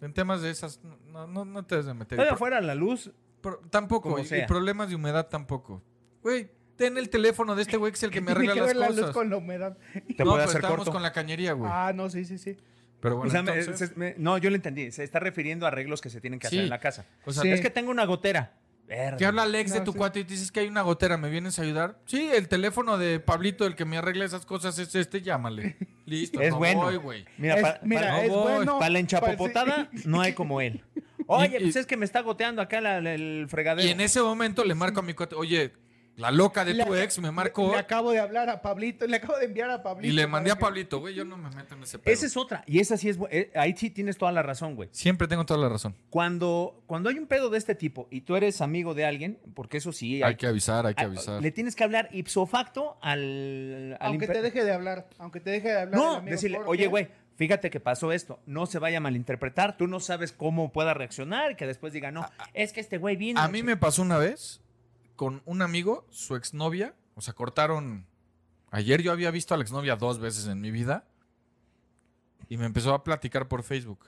Speaker 5: En temas de esas, no, no, no te debes de meter. Y
Speaker 3: Pero
Speaker 5: pro-
Speaker 3: afuera la luz,
Speaker 5: pro- tampoco.
Speaker 3: como
Speaker 5: Y, y
Speaker 3: sea.
Speaker 5: problemas de humedad tampoco. Güey, ten el teléfono de este güey que es el que me
Speaker 4: <laughs> Tiene
Speaker 5: arregla
Speaker 4: que
Speaker 5: las
Speaker 4: ver la
Speaker 5: cosas.
Speaker 4: luz con la humedad.
Speaker 3: te
Speaker 5: no,
Speaker 3: puede
Speaker 5: pero
Speaker 3: hacer
Speaker 5: estábamos
Speaker 3: corto.
Speaker 5: con la cañería, güey.
Speaker 4: Ah, no, sí, sí, sí.
Speaker 5: pero bueno,
Speaker 3: O sea, me-
Speaker 5: entonces-
Speaker 3: se- me- no, yo lo entendí. Se está refiriendo a arreglos que se tienen que
Speaker 5: Sí.
Speaker 3: hacer en la casa.
Speaker 5: o sea,
Speaker 4: Sí.
Speaker 3: Es que tengo una gotera. Verde.
Speaker 5: Te habla Alex de
Speaker 4: No,
Speaker 5: tu
Speaker 4: sí.
Speaker 5: cuate y te dices que hay una gotera, ¿me vienes a ayudar? Sí, el teléfono de Pablito, el que me arregla esas cosas, es este, llámale. Listo,
Speaker 3: Es
Speaker 5: no
Speaker 3: bueno.
Speaker 5: voy, güey.
Speaker 3: Mira,
Speaker 4: Es- pues,
Speaker 3: pa- pa-
Speaker 4: mira,
Speaker 5: es bueno,
Speaker 3: para la enchapopotada no hay como
Speaker 4: <laughs>
Speaker 3: él. Oye,
Speaker 5: Y-
Speaker 3: pues
Speaker 5: y-
Speaker 3: es que me está goteando acá la- la- el fregadero.
Speaker 5: Y en ese momento le marco a mi cuate, oye, La loca de
Speaker 4: Le-
Speaker 5: tu ex me marcó
Speaker 4: Le, le acabo de hablar a Pablito, le acabo de enviar a Pablito.
Speaker 5: y le mandé a
Speaker 4: para que-
Speaker 5: Pablito, güey, yo no me meto en ese pedo.
Speaker 3: Esa es otra. Y esa sí es. bu- eh, Ahí sí tienes toda la razón, güey.
Speaker 5: Siempre tengo toda la razón.
Speaker 3: Cuando, cuando hay un pedo de este tipo y tú eres amigo de alguien, porque eso sí.
Speaker 5: Hay que avisar, hay que
Speaker 3: a-
Speaker 5: avisar.
Speaker 3: Le tienes que hablar ipso facto al. al
Speaker 4: Aunque
Speaker 3: imper-
Speaker 4: te deje de hablar, aunque te deje de hablar. el
Speaker 3: No,
Speaker 4: amigo,
Speaker 3: decirle,
Speaker 4: ¿por
Speaker 3: oye,
Speaker 4: qué?
Speaker 3: güey, fíjate que pasó esto. No se vaya a malinterpretar. Tú no sabes cómo pueda reaccionar. Que después diga, no, es que este güey vino.
Speaker 5: A mí me pasó una vez con un amigo, su exnovia, o sea, cortaron. Ayer yo había visto a la exnovia dos veces en mi vida y me empezó a platicar por Facebook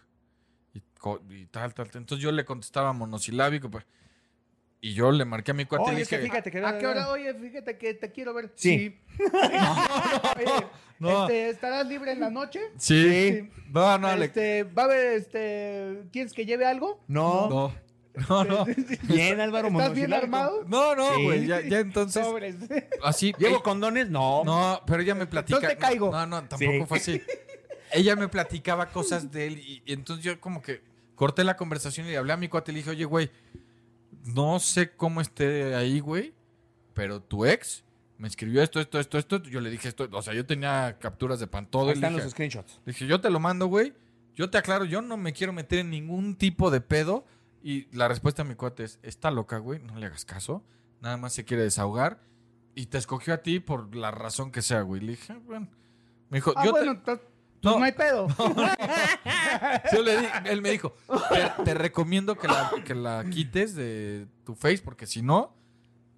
Speaker 5: y, co- y tal, tal, tal. Entonces yo le contestaba monosilábico pues, y yo le marqué a mi cuate y
Speaker 3: Oye,
Speaker 5: le
Speaker 3: es que
Speaker 5: dije,
Speaker 3: fíjate que.
Speaker 4: ¿A qué hora? Oye, fíjate que te quiero ver.
Speaker 5: <laughs>
Speaker 3: Sí.
Speaker 4: <laughs> Oye,
Speaker 5: "Oh, no.
Speaker 4: este, ¿Estarás libre en la noche?
Speaker 5: sí, no, no, le-
Speaker 4: Este, ¿Va a haber, este, quieres que lleve algo?
Speaker 3: No.
Speaker 5: no, no,
Speaker 3: <laughs>
Speaker 5: no,
Speaker 3: Bien, Álvaro
Speaker 4: ¿Estás bien
Speaker 3: monosilábico.
Speaker 4: armado?
Speaker 5: no, no,
Speaker 3: Sí.
Speaker 5: güey, ya, ya entonces,
Speaker 4: Sobres. <laughs>
Speaker 5: así,
Speaker 3: ¿Llevo condones? No.
Speaker 5: No, pero ella me platica.
Speaker 4: Entonces te caigo.
Speaker 5: No, no, tampoco
Speaker 3: Sí.
Speaker 5: fue así. Ella me platicaba cosas de él y, y entonces yo como que corté la conversación y le hablé a mi cuate y le dije, oye, güey, no sé cómo esté ahí, güey, pero tu ex me escribió esto, esto, esto, esto. Yo le dije esto, o sea, yo tenía capturas de pan todo.
Speaker 3: Ahí
Speaker 5: y le
Speaker 3: están
Speaker 5: dije,
Speaker 3: los screenshots.
Speaker 5: le dije, yo te lo mando, güey. Yo te aclaro, yo no me quiero meter en ningún tipo de pedo. Y la respuesta a mi cuate es, está loca, güey, no le hagas caso. Nada más se quiere desahogar. Y te escogió a ti por la razón que sea, güey. Le dije, "Ah, bueno. Me dijo,
Speaker 4: Ah,
Speaker 5: yo, te-
Speaker 4: bueno, entonces, pues
Speaker 5: No.
Speaker 4: no hay pedo.
Speaker 5: yo le di- él
Speaker 4: <laughs>
Speaker 5: me dijo, te, te recomiendo que la, que la quites de tu face porque si no,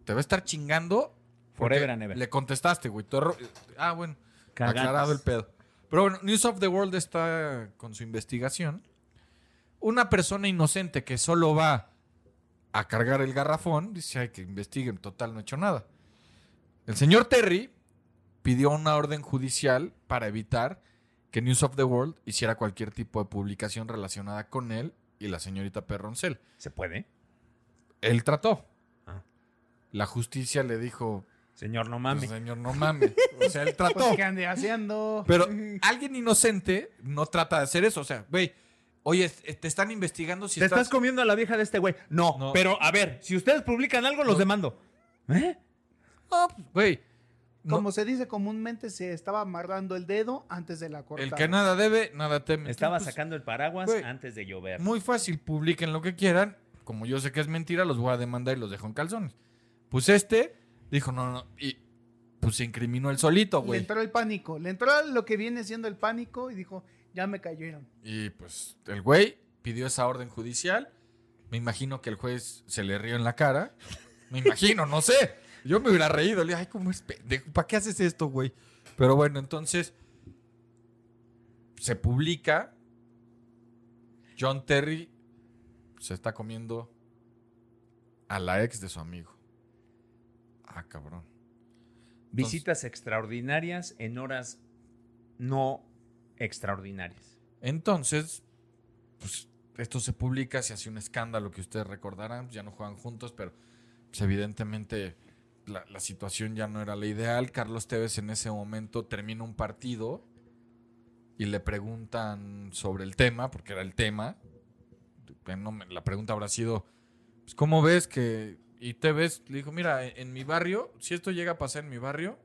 Speaker 5: te va a estar chingando. porque
Speaker 3: Forever and ever.
Speaker 5: Le contestaste, güey. tu error- Ah, bueno.
Speaker 3: Cagadas.
Speaker 5: Aclarado el pedo. Pero bueno, News of the World está con su investigación. Una persona inocente que solo va a cargar el garrafón, dice, ay, que investiguen, total, no he hecho nada. El señor Terry pidió una orden judicial para evitar que News of the World hiciera cualquier tipo de publicación relacionada con él y la señorita Perroncel.
Speaker 3: ¿Se puede?
Speaker 5: Él trató.
Speaker 3: Ah.
Speaker 5: La justicia le dijo,
Speaker 3: Señor, no
Speaker 5: "Pues,
Speaker 3: mames.
Speaker 5: señor, no mames. O sea, él trató.
Speaker 4: Pues, ¿Qué ande haciendo?
Speaker 3: <laughs>
Speaker 5: Pero alguien inocente no trata de hacer eso. O sea, güey, oye, es- te están investigando si
Speaker 3: ¿Te estás comiendo a la vieja de este güey? No,
Speaker 5: No.
Speaker 3: pero a ver, si ustedes publican algo, los demando. ¿Eh?
Speaker 5: No, pues, Güey, no,
Speaker 4: Como se dice comúnmente, se estaba amarrando el dedo antes de la cortada.
Speaker 5: el que nada debe, nada teme.
Speaker 3: Estaba
Speaker 5: Entonces,
Speaker 3: sacando el paraguas
Speaker 5: pues, güey,
Speaker 3: antes de llover.
Speaker 5: Muy fácil, publiquen lo que quieran. Como yo sé que es mentira, los voy a demandar y los dejo en calzones. Pues este dijo, no, no, y pues se incriminó él solito,
Speaker 4: Le
Speaker 5: güey.
Speaker 4: entró el pánico. Le entró lo que viene siendo el pánico y dijo, ya me cayeron.
Speaker 5: Y pues el güey pidió esa orden judicial. Me imagino que el juez se le rió en la cara. Me imagino, no sé. Yo me hubiera reído. Le dije, ay, ¿cómo es pendejo? ¿Para qué haces esto, güey? Pero bueno, entonces se publica. John Terry se está comiendo a la ex de su amigo. Ah, cabrón.
Speaker 3: Visitas extraordinarias en horas no extraordinarias.
Speaker 5: Entonces, pues esto se publica, se hace un escándalo que ustedes recordarán, ya no juegan juntos, pero pues, evidentemente la, la situación ya no era la ideal. Carlos Tevez en ese momento termina un partido y le preguntan sobre el tema, porque era el tema. Eh, no me- la pregunta habrá sido, pues, ¿cómo ves que... Y Tevez le dijo, mira, en, en mi barrio, si esto llega a pasar en mi barrio,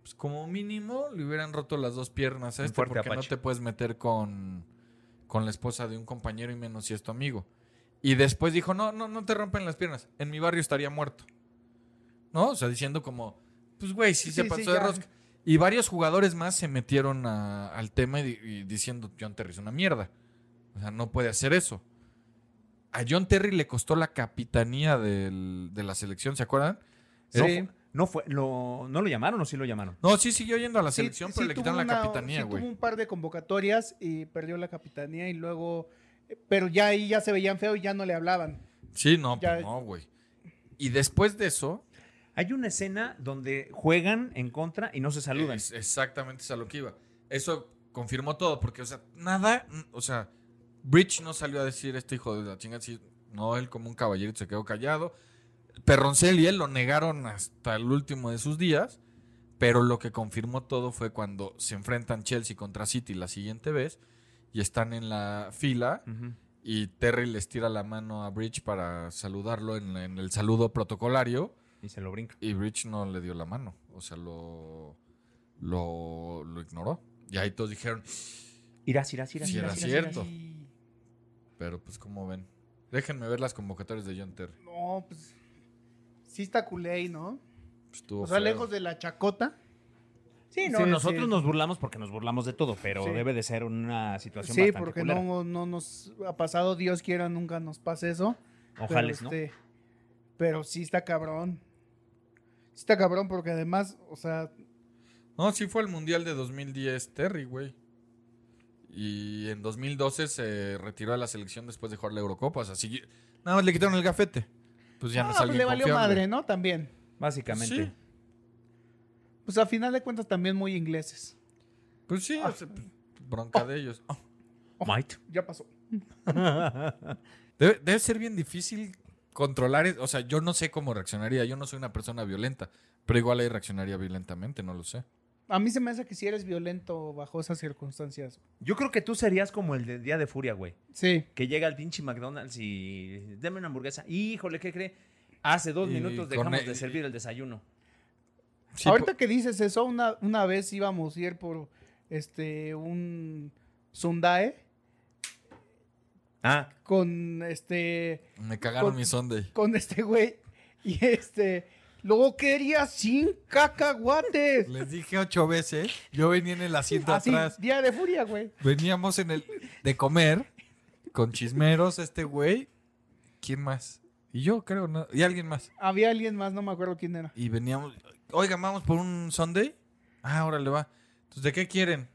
Speaker 5: pues como mínimo le hubieran roto las dos piernas a
Speaker 3: Un
Speaker 5: este,
Speaker 3: fuerte
Speaker 5: porque no
Speaker 3: apache.
Speaker 5: te puedes meter con, con la esposa de un compañero y menos si es tu amigo. Y después dijo, no, no, no te rompen las piernas. En mi barrio estaría muerto. ¿No? O sea, diciendo como, pues güey, sí,
Speaker 4: Sí,
Speaker 5: se
Speaker 4: sí,
Speaker 5: pasó de
Speaker 4: ya.
Speaker 5: rosca. Y varios jugadores más se metieron a- al tema y, di- y diciendo, John Terry es una mierda. O sea, no puede hacer eso. A John Terry le costó la capitanía del- de la selección, ¿se acuerdan?
Speaker 3: No
Speaker 5: Sí.
Speaker 3: fu- No, fue, lo, ¿No lo llamaron o sí lo llamaron?
Speaker 5: No, sí siguió yendo a la
Speaker 4: Sí,
Speaker 5: selección,
Speaker 4: sí
Speaker 5: pero le
Speaker 4: tuvo
Speaker 5: quitaron la
Speaker 4: una-
Speaker 5: capitanía,
Speaker 4: sí
Speaker 5: güey.
Speaker 4: tuvo un par de convocatorias y perdió la capitanía y luego... eh, Pero ya ahí ya se veían feo y ya no le hablaban.
Speaker 5: Sí, no,
Speaker 4: Ya-
Speaker 5: pues no, güey. Y después de eso,
Speaker 3: Hay una escena donde juegan en contra y no se saludan.
Speaker 5: Es- exactamente es a lo que iba. Eso confirmó todo, porque, o sea, nada, mm, o sea, Bridge no salió a decir este hijo de la chinga, sí, no, él como un caballero se quedó callado. Perroncel y él lo negaron hasta el último de sus días, pero lo que confirmó todo fue cuando se enfrentan Chelsea contra City la siguiente vez y están en la fila
Speaker 3: Ujú.
Speaker 5: y Terry les tira la mano a Bridge para saludarlo en, en el saludo protocolario.
Speaker 3: Y se lo brinca.
Speaker 5: Y Rich no le dio la mano. O sea, lo, lo, lo ignoró. Y ahí todos dijeron,
Speaker 3: Irás, irás, irás.
Speaker 5: si
Speaker 3: irás,
Speaker 5: era
Speaker 3: irás,
Speaker 5: cierto. Pero pues, como ven? Déjenme ver las convocatorias de John Terry.
Speaker 4: No, pues. Sí está culé, ¿no?
Speaker 5: Pues, estuvo
Speaker 4: O sea,
Speaker 5: feo.
Speaker 4: lejos de la chacota.
Speaker 3: irás. Sí, no,
Speaker 4: Sí,
Speaker 3: nosotros
Speaker 4: sí.
Speaker 3: nos burlamos porque nos burlamos de todo, pero
Speaker 4: Sí.
Speaker 3: debe de ser una situación
Speaker 4: Sí,
Speaker 3: bastante
Speaker 4: porque
Speaker 3: culera.
Speaker 4: no, no nos ha pasado, Dios quiera, nunca nos pase eso.
Speaker 3: Ojalá,
Speaker 4: pero,
Speaker 3: ¿no?
Speaker 4: este, pero sí está cabrón. Sí está cabrón porque además, o sea,
Speaker 5: No, sí fue el Mundial de 2010 Terry, güey. Y en 2012 se retiró de la selección después de jugar la Eurocopa. O sea, sí, nada más le quitaron el gafete. Pues ya no,
Speaker 4: no,
Speaker 5: es
Speaker 4: pues
Speaker 5: alguien
Speaker 4: le valió
Speaker 5: confiable.
Speaker 4: madre, ¿no? También.
Speaker 3: Básicamente.
Speaker 5: Sí.
Speaker 4: Pues a final de cuentas también muy ingleses.
Speaker 5: Pues sí,
Speaker 4: Ah.
Speaker 5: o sea, pues, bronca de ellos. Oh.
Speaker 3: Might.
Speaker 4: Ya pasó.
Speaker 5: Debe, debe ser bien difícil controlar. es- O sea, yo no sé cómo reaccionaría. Yo no soy una persona violenta. Pero igual ahí reaccionaría violentamente, no lo sé.
Speaker 4: A mí se me hace que si eres violento bajo esas circunstancias.
Speaker 3: <laughs> Yo creo que tú serías como el de Día de Furia, güey.
Speaker 4: Sí.
Speaker 3: Que llega al pinche McDonald's y. Deme una hamburguesa. Híjole, ¿qué cree? Hace dos
Speaker 5: Y
Speaker 3: minutos
Speaker 5: con
Speaker 3: dejamos
Speaker 5: el-
Speaker 3: de servir el desayuno.
Speaker 5: Sí,
Speaker 4: Ahorita
Speaker 5: po-
Speaker 4: que dices eso, una, una vez íbamos a ir por este un Sundae
Speaker 3: Ah,
Speaker 4: con este
Speaker 5: me cagaron
Speaker 4: con-
Speaker 5: mi Sunday.
Speaker 4: con este güey y este luego quería sin cacahuates.
Speaker 5: <laughs> Les dije ocho veces. Yo venía en el asiento
Speaker 4: Así,
Speaker 5: atrás.
Speaker 4: día de furia, güey.
Speaker 5: Veníamos en el de comer con chismeros este güey. ¿Quién más? Y yo creo, ¿no? Y alguien más.
Speaker 4: Había alguien más, no me acuerdo quién era.
Speaker 5: Y veníamos, oiga, vamos por un Sunday. Ah, órale, va. Entonces, ¿de qué quieren?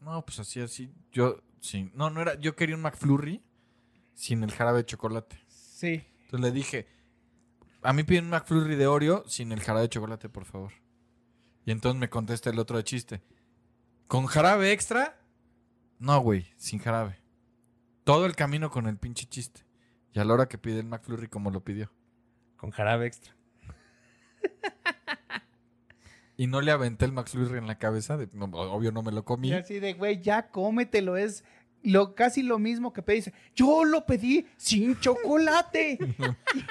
Speaker 5: No, pues así, así. Yo, sí. No, no era, yo quería un McFlurry sin el jarabe de chocolate.
Speaker 4: Sí.
Speaker 5: Entonces le dije, a mí piden un McFlurry de Oreo sin el jarabe de chocolate, por favor. Y entonces me contesta el otro de chiste. ¿Con jarabe extra? No, güey, sin jarabe. Todo el camino con el pinche chiste. Y a la hora que pide el McFlurry como lo pidió.
Speaker 3: con jarabe extra.
Speaker 5: Y no le aventé el McFlurry en la cabeza. de- no, obvio no me lo comí.
Speaker 4: Y así de, güey, ya cómetelo, es lo, casi lo mismo que pedís. Yo lo pedí sin
Speaker 5: <laughs>
Speaker 4: chocolate.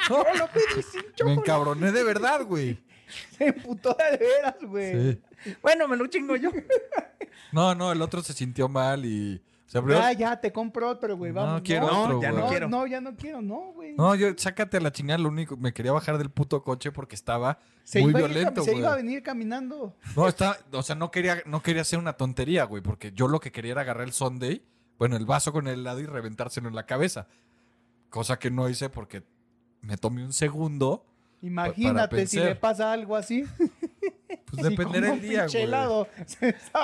Speaker 4: Yo lo pedí sin
Speaker 5: Me
Speaker 4: chocolate.
Speaker 5: encabroné de
Speaker 4: <laughs>
Speaker 5: verdad, güey.
Speaker 4: Se emputó de veras, güey.
Speaker 5: Sí.
Speaker 3: Bueno, me lo chingo
Speaker 5: <laughs>
Speaker 3: yo.
Speaker 5: No, no, el otro se sintió mal y... o sea, primero-
Speaker 4: Ya, Ah, ya, te compro otro, güey.
Speaker 5: No,
Speaker 4: Vamos.
Speaker 5: quiero otro,
Speaker 3: ya no
Speaker 5: güey.
Speaker 3: quiero.
Speaker 4: No, ya no quiero, no, güey.
Speaker 5: No, yo, sácate a la chingada, lo único, me quería bajar del puto coche porque estaba
Speaker 4: se
Speaker 5: muy
Speaker 4: iba a ir
Speaker 5: violento,
Speaker 4: cami- se
Speaker 5: güey.
Speaker 4: iba a venir caminando.
Speaker 5: No, está, o sea, no quería, no quería hacer una tontería, güey, porque yo lo que quería era agarrar el Sunday, bueno, el vaso con el helado y reventárselo en la cabeza. Cosa que no hice porque me tomé un segundo.
Speaker 4: Imagínate si
Speaker 5: pensar.
Speaker 4: le pasa algo así. <laughs>
Speaker 5: Pues <laughs> dependerá el día, güey.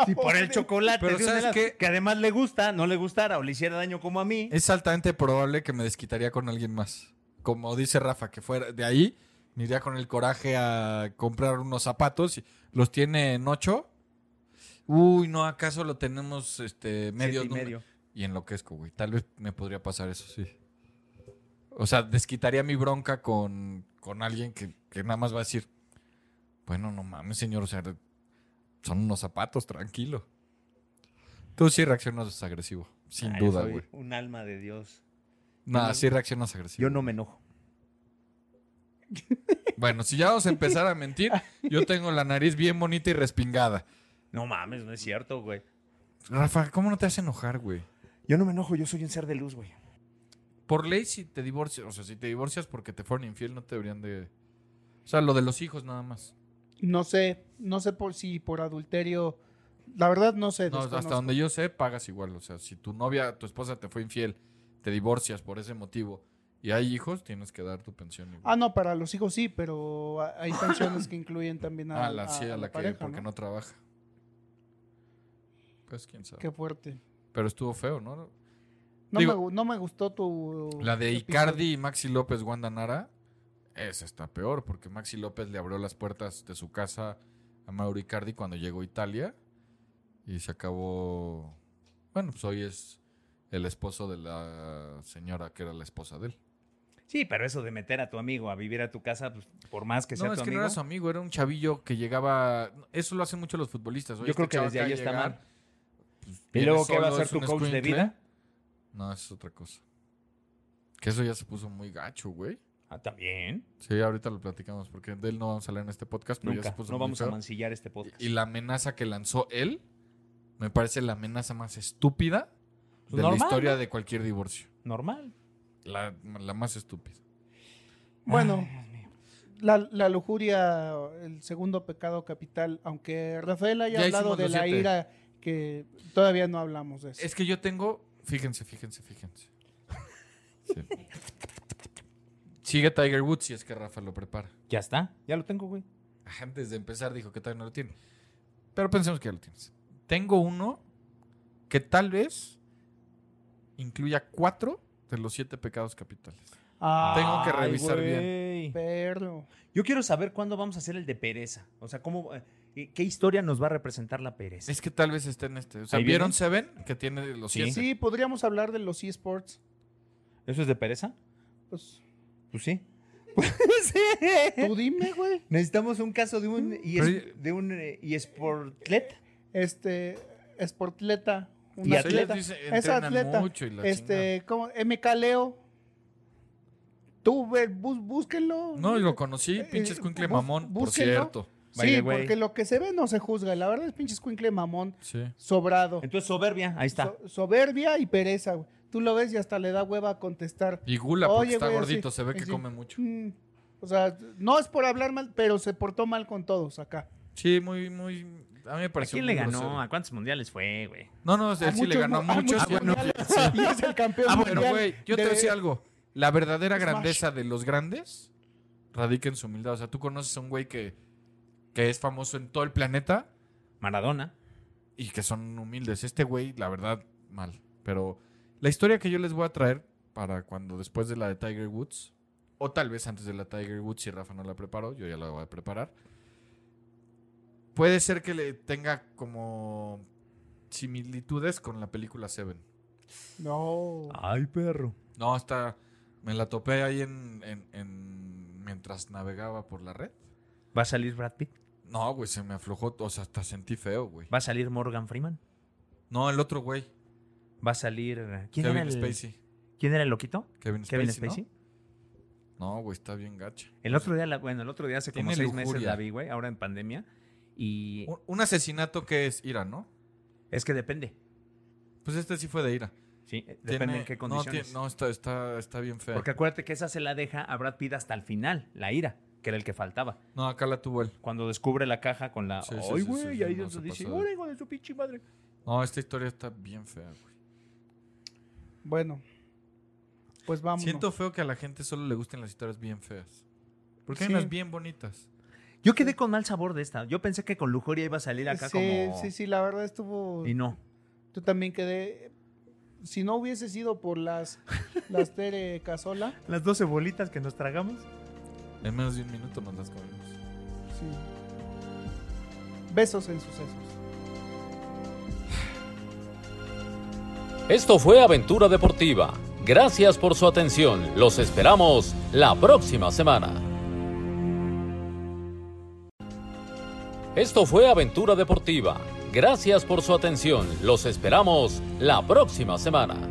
Speaker 4: Y
Speaker 3: Y por el chocolate.
Speaker 5: Pero
Speaker 3: de una
Speaker 5: ¿sabes
Speaker 3: de las-
Speaker 5: qué? Eh,
Speaker 3: Que además le gusta, no le gustara o le hiciera daño como a mí.
Speaker 5: Es altamente probable que me desquitaría con alguien más. Como dice Rafa, que fuera de ahí, me iría con el coraje a comprar unos zapatos. y ¿Los tiene en ocho? Uy, no, ¿acaso lo tenemos este, medio?
Speaker 3: Siete y
Speaker 5: No me-
Speaker 3: medio.
Speaker 5: Y enloquezco, güey. Tal vez me podría pasar eso, sí. O sea, desquitaría mi bronca con, con alguien que, que nada más va a decir, bueno, no mames, señor, o sea, son unos zapatos, tranquilo. Tú sí reaccionas agresivo, sin
Speaker 3: Ah, yo
Speaker 5: duda,
Speaker 3: soy
Speaker 5: güey.
Speaker 3: Un alma de Dios.
Speaker 5: Nada,
Speaker 3: no-
Speaker 5: sí reaccionas agresivo.
Speaker 3: Yo no me enojo.
Speaker 5: Bueno, si ya vamos a empezar a mentir, yo tengo la nariz bien bonita y respingada.
Speaker 3: No mames, no es cierto, güey.
Speaker 5: Rafa, ¿cómo no te hace enojar, güey?
Speaker 3: Yo no me enojo, yo soy un ser de luz, güey.
Speaker 5: Por ley, si te divorcias, o sea, si te divorcias porque te fueron infiel, no te deberían de... O sea, lo de los hijos nada más.
Speaker 4: No sé, no sé por si por adulterio. La verdad no sé.
Speaker 5: No, hasta
Speaker 4: desconozco.
Speaker 5: donde yo sé, pagas igual. O sea, si tu novia, tu esposa te fue infiel, te divorcias por ese motivo y hay hijos, tienes que dar tu pensión igual.
Speaker 4: Ah, no, para los hijos sí, pero a- hay pensiones que incluyen también a,
Speaker 5: Ah, la, sí, a la, que,
Speaker 4: pareja,
Speaker 5: porque
Speaker 4: ¿no?
Speaker 5: ¿no? trabaja. Pues quién sabe.
Speaker 4: Qué fuerte.
Speaker 5: Pero estuvo feo, ¿no?
Speaker 4: No,
Speaker 5: Digo-
Speaker 4: me, gu- no me gustó tu...
Speaker 5: La de
Speaker 4: episodio.
Speaker 5: Icardi y Maxi López Guandanara, esa está peor, porque Maxi López le abrió las puertas de su casa a Mauro Icardi cuando llegó a Italia y se acabó. Bueno, pues hoy es el esposo de la señora que era la esposa de él.
Speaker 3: Sí, pero eso de meter a tu amigo a vivir a tu casa, pues, por más que sea
Speaker 5: no,
Speaker 3: tu
Speaker 5: es que
Speaker 3: amigo.
Speaker 5: no era su amigo, era un chavillo que llegaba. Eso lo hacen mucho los futbolistas. Oye,
Speaker 3: yo creo
Speaker 5: este
Speaker 3: que
Speaker 5: chavo
Speaker 3: desde
Speaker 5: acaba
Speaker 3: ahí
Speaker 5: de
Speaker 3: está
Speaker 5: llegar, pues,
Speaker 3: mal. ¿Y
Speaker 5: viene
Speaker 3: luego qué va a
Speaker 5: solo,
Speaker 3: ser
Speaker 5: es
Speaker 3: tu
Speaker 5: un
Speaker 3: coach de
Speaker 5: escuincle.
Speaker 3: vida?
Speaker 5: No, eso es otra cosa. Que eso ya se puso muy gacho, güey.
Speaker 3: Ah, también.
Speaker 5: Sí, ahorita lo platicamos porque de él no vamos a hablar en este podcast, pero ya
Speaker 3: Nunca.
Speaker 5: se puso
Speaker 3: No
Speaker 5: muy
Speaker 3: vamos a
Speaker 5: feo.
Speaker 3: mancillar este podcast.
Speaker 5: Y la amenaza que lanzó él me parece la amenaza más estúpida de
Speaker 3: Normal,
Speaker 5: la historia
Speaker 3: ¿no?
Speaker 5: de cualquier divorcio.
Speaker 3: Normal.
Speaker 5: La, la más estúpida.
Speaker 4: Bueno, la, la lujuria, el segundo pecado capital, aunque Rafael haya
Speaker 5: Ya
Speaker 4: hablado
Speaker 5: hicimos
Speaker 4: de
Speaker 5: los
Speaker 4: la
Speaker 5: siete.
Speaker 4: ira, que todavía no hablamos de eso.
Speaker 5: Es que yo tengo. Fíjense, fíjense, fíjense.
Speaker 4: <laughs>
Speaker 5: Sí. Sigue Tiger Woods si es que Rafa lo prepara.
Speaker 3: Ya está. Ya lo tengo, güey.
Speaker 5: Antes de empezar dijo que todavía no lo tiene. Pero pensemos que ya lo tienes. Tengo uno que tal vez incluya cuatro de los siete pecados capitales.
Speaker 4: Ah,
Speaker 5: Tengo que revisar bien.
Speaker 3: bien.
Speaker 4: perro.
Speaker 3: Yo quiero saber cuándo vamos a hacer el de pereza. O sea, cómo, eh, qué historia nos va a representar la pereza.
Speaker 5: Es que tal vez esté en este. O sea,
Speaker 3: Ahí viene.
Speaker 5: ¿vieron Seven? Que tiene los
Speaker 3: Sí.
Speaker 5: siete.
Speaker 4: Sí, podríamos hablar de los eSports.
Speaker 3: ¿Eso es de pereza?
Speaker 4: Pues
Speaker 3: Pues
Speaker 5: <laughs>
Speaker 3: sí. Pues
Speaker 4: tú
Speaker 3: sí.
Speaker 4: dime, güey.
Speaker 3: Necesitamos un caso de un,
Speaker 5: Pero
Speaker 3: ES de un eh, eSportlet.
Speaker 4: Este, Sportleta. un
Speaker 3: Y
Speaker 5: Pues ellos
Speaker 4: atleta.
Speaker 5: dicen,
Speaker 4: Es
Speaker 5: entrenan
Speaker 4: atleta.
Speaker 5: mucho y la chingada.
Speaker 4: este, ¿cómo? MK Leo. Tú, ve, bus- búsquenlo.
Speaker 5: No, y lo conocí,
Speaker 4: Eh,
Speaker 5: pinche escuincle
Speaker 4: bus-
Speaker 5: mamón, por
Speaker 4: búsquenlo.
Speaker 5: cierto.
Speaker 3: By
Speaker 4: Sí,
Speaker 3: the way.
Speaker 4: porque lo que se ve no se juzga. La verdad es pinche escuincle mamón
Speaker 5: Sí.
Speaker 4: sobrado.
Speaker 3: Entonces, soberbia. Ahí está.
Speaker 4: So- soberbia y pereza, güey. Tú lo ves y hasta le da hueva a contestar.
Speaker 5: Y Gula, porque
Speaker 4: Oye,
Speaker 5: está
Speaker 4: güey,
Speaker 5: gordito,
Speaker 4: sí,
Speaker 5: se ve que
Speaker 4: sí.
Speaker 5: come mucho.
Speaker 4: Mm, o sea, no es por hablar mal, pero se portó mal con todos acá.
Speaker 5: Sí, muy, muy. A mí me
Speaker 3: ¿A
Speaker 5: pareció.
Speaker 3: quién
Speaker 5: muy
Speaker 3: le ganó?
Speaker 5: grosero.
Speaker 3: ¿A cuántos mundiales fue, güey?
Speaker 5: No, no, él sí le ganó a
Speaker 4: mu-
Speaker 5: muchos. y a mí-
Speaker 4: mundiales. <laughs> Y es el campeón
Speaker 5: Ah, bueno,
Speaker 4: mundial
Speaker 5: güey, yo te
Speaker 4: de-
Speaker 5: decía algo. La verdadera
Speaker 4: Smash.
Speaker 5: grandeza de los grandes radica en su humildad. O sea, tú conoces a un güey que, que es famoso en todo el planeta
Speaker 3: Maradona.
Speaker 5: y que son humildes. Este güey, la verdad, mal. Pero la historia que yo les voy a traer para cuando después de la de Tiger Woods, o tal vez antes de la Tiger Woods, si Rafa no la preparó, yo ya la voy a preparar. Puede ser que le tenga como similitudes con la película Seven.
Speaker 4: No.
Speaker 3: Ay, perro.
Speaker 5: No, hasta me la topé ahí en, en- en- mientras navegaba por la red.
Speaker 3: ¿Va a salir Brad Pitt?
Speaker 5: No, güey, se me aflojó, o sea, hasta sentí feo, güey.
Speaker 3: ¿Va a salir Morgan Freeman?
Speaker 5: No, el otro güey,
Speaker 3: ¿Va a salir. ¿Quién,
Speaker 5: Kevin
Speaker 3: era el,
Speaker 5: Spacey.
Speaker 3: ¿quién era el loquito?
Speaker 5: Kevin Spacey.
Speaker 3: Kevin
Speaker 5: ¿no?
Speaker 3: Spacey.
Speaker 5: No, güey, está bien gacha.
Speaker 3: El otro día, la- bueno, el otro día hace como
Speaker 5: Tiene
Speaker 3: seis meses
Speaker 5: lujuria.
Speaker 3: la vi, güey, ahora en pandemia. Y
Speaker 5: Un, un asesinato que es ira, ¿no?
Speaker 3: es que depende.
Speaker 5: Pues este sí fue de ira.
Speaker 3: Sí, eh,
Speaker 5: Tiene-
Speaker 3: depende en qué
Speaker 5: no,
Speaker 3: condiciones.
Speaker 5: tiene- No, está, está, está bien fea.
Speaker 3: Porque acuérdate que esa se la deja a Brad Pitt hasta el final, la ira, que era el que faltaba.
Speaker 5: No, acá la tuvo él.
Speaker 3: Cuando descubre la caja con la.
Speaker 5: Sí, sí,
Speaker 3: Ah, ¡Ay,
Speaker 5: sí,
Speaker 3: güey!
Speaker 5: sí,
Speaker 3: y
Speaker 5: sí,
Speaker 3: ahí
Speaker 5: no,
Speaker 3: es donde
Speaker 5: se
Speaker 3: dice,
Speaker 5: pasó de-
Speaker 3: "Ora, hijo de su pinche madre!
Speaker 5: No, esta historia está bien fea, güey.
Speaker 4: Bueno. Pues vamos.
Speaker 5: Siento feo que a la gente solo le gusten las historias bien feas. Porque hay
Speaker 4: Sí.
Speaker 5: unas bien bonitas.
Speaker 3: Yo quedé con mal sabor de esta. Yo pensé que con lujuria iba a salir acá
Speaker 4: sí,
Speaker 3: como.
Speaker 4: sí, sí, la verdad estuvo.
Speaker 3: Y no.
Speaker 4: Yo también quedé. Si no hubiese sido por las,
Speaker 3: <laughs>
Speaker 4: las Tere Casola,
Speaker 3: Las 12 bolitas que nos tragamos.
Speaker 5: En menos de un minuto nos las comemos.
Speaker 4: sí. Besos en sucesos.
Speaker 7: Esto fue Aventura Deportiva. Gracias por su atención. Los esperamos la próxima semana. Esto fue Aventura Deportiva. Gracias por su atención. Los esperamos la próxima semana.